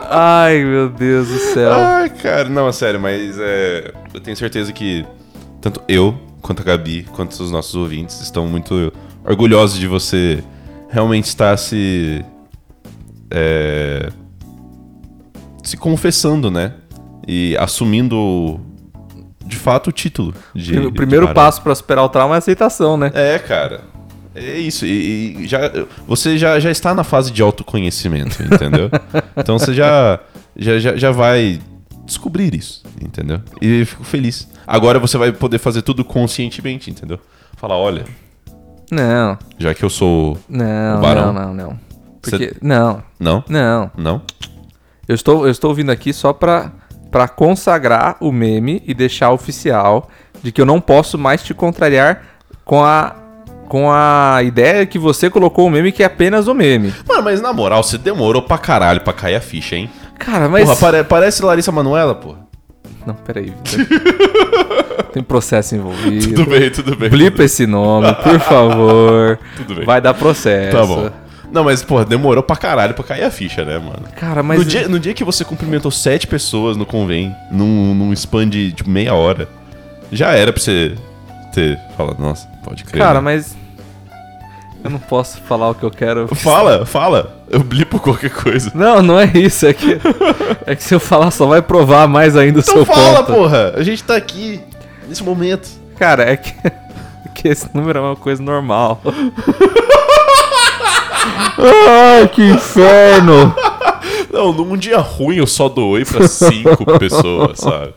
B: Ai, meu Deus do céu.
A: Ai, cara, não, é sério, mas é, eu tenho certeza que tanto eu, quanto a Gabi, quanto os nossos ouvintes estão muito orgulhosos de você realmente estar se. é, se confessando, né? E assumindo de fato o título de.
B: o primeiro
A: de Barão.
B: passo pra superar o trauma é a aceitação, né?
A: É, cara. É isso. E, e já, você já, já está na fase de autoconhecimento, entendeu? então você já, já, já, já vai descobrir isso, entendeu? E eu fico feliz. Agora você vai poder fazer tudo conscientemente, entendeu? Falar, olha,
B: Não,
A: já que eu sou.
B: não,
A: O barão.
B: não, não, não.
A: Cê-
B: Porque, Não,
A: Não?
B: não.
A: Não?
B: Eu estou, eu estou vindo aqui só pra, pra consagrar o meme e deixar oficial de que eu não posso mais te contrariar com a, com a ideia que você colocou o meme que é apenas o meme.
A: Mano, mas na moral, você demorou pra caralho pra cair a ficha, hein?
B: Cara, mas...
A: Porra, pare- parece Larissa Manuela, pô.
B: Não, peraí. Vitor. Tem processo envolvido.
A: Tudo bem, tudo bem.
B: Blipa esse nome, por favor.
A: Tudo bem.
B: Vai dar processo.
A: Tá bom. Não, mas, porra, demorou pra caralho pra cair a ficha, né, mano?
B: Cara, mas. é
A: no, dia, no dia que você cumprimentou sete pessoas no convém, num, num span de tipo, meia hora, já era pra você ter falado, nossa, pode crer.
B: Cara,
A: né?
B: mas. Eu não posso falar o que eu quero.
A: Fala, fala. Eu blipo qualquer coisa.
B: Não, não é isso. É que, é que se eu falar só vai provar mais ainda o
A: Então
B: seu
A: fala,
B: ponto.
A: porra. A gente tá aqui, nesse momento.
B: Cara, é que, é que esse número é uma coisa normal. Ai, que inferno!
A: Não, num dia ruim eu só doei pra cinco pessoas, sabe?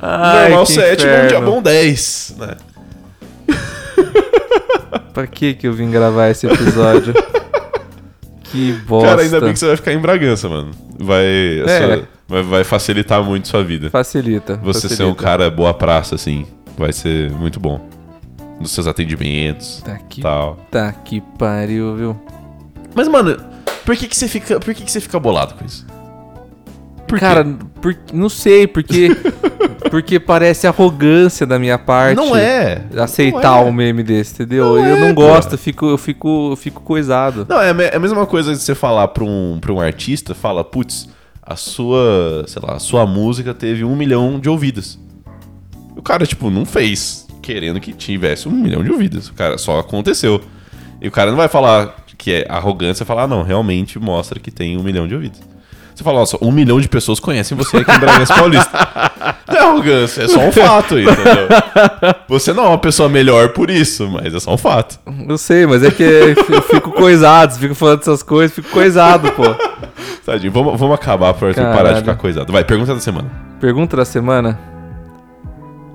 B: Ai,
A: Normal
B: que
A: sete, num dia
B: inferno.
A: bom dez, né?
B: Pra que que eu vim gravar esse episódio? que bosta.
A: Cara, ainda bem que você vai ficar em Bragança, mano. Vai, a
B: É.
A: sua- vai, vai facilitar muito sua vida.
B: Facilita.
A: Você
B: facilita.
A: ser um cara boa praça, assim, vai ser muito bom. Nos seus atendimentos
B: Tá que,
A: e tal.
B: tá que pariu, viu?
A: Mas, mano, por que, que você fica. Por que, que você fica bolado com isso? Por quê?
B: cara, por- não sei, porque. Porque parece arrogância da minha parte.
A: Não é.
B: Aceitar
A: Não é.
B: um meme desse,
A: Não
B: entendeu? eu
A: é,
B: não
A: cara.
B: gosto, eu fico, eu fico, eu fico coisado.
A: Não, é a me- é a mesma coisa de você falar pra um, pra um artista, fala, putz, a sua, sei lá, a sua música teve um milhão de ouvidas. O cara, tipo, não fez querendo que tivesse um milhão de ouvidas. O cara só aconteceu. E o cara não vai falar que é arrogância, falar, "Ah, não, realmente mostra que tem um milhão de ouvidas. Você fala, nossa, um milhão de pessoas conhecem você aqui em Bragança Paulista. Não é arrogância, é só um fato, entendeu? Você não é uma pessoa melhor por isso, mas é só um fato.
B: Eu sei, mas é que eu fico coisado, fico falando essas coisas, fico coisado, pô.
A: Tadinho, vamos, vamos acabar pro Arthur
B: Caralho.
A: parar de ficar coisado. Vai, pergunta da semana.
B: Pergunta da semana.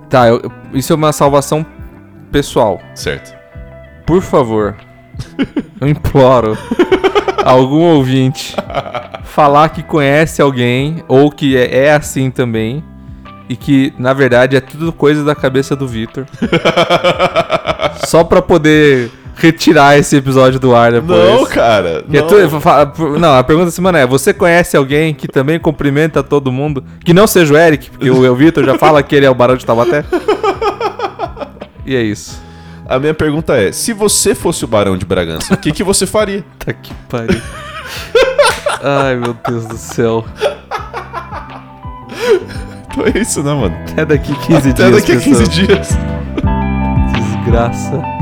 B: Tá, eu- eu- isso é uma salvação pessoal.
A: Certo.
B: Por favor, eu imploro a algum ouvinte falar que conhece alguém ou que é, é assim também e que na verdade é tudo coisa da cabeça do Vitor. Só pra poder retirar esse episódio do ar depois.
A: Não, cara.
B: Que é
A: não.
B: tu- fa- fa- não, a pergunta da semana é: você conhece alguém que também cumprimenta todo mundo? Que não seja o Eric, porque o, o Vitor já fala que ele é o Barão de Taubaté. E é isso.
A: A minha pergunta é: se você fosse o Barão de Bragança, o que, que você faria?
B: Tá que pariu. Ai, meu Deus do céu.
A: Então é isso, né, mano?
B: Até daqui 15
A: Até
B: dias.
A: daqui a 15
B: pessoal.
A: dias.
B: Desgraça.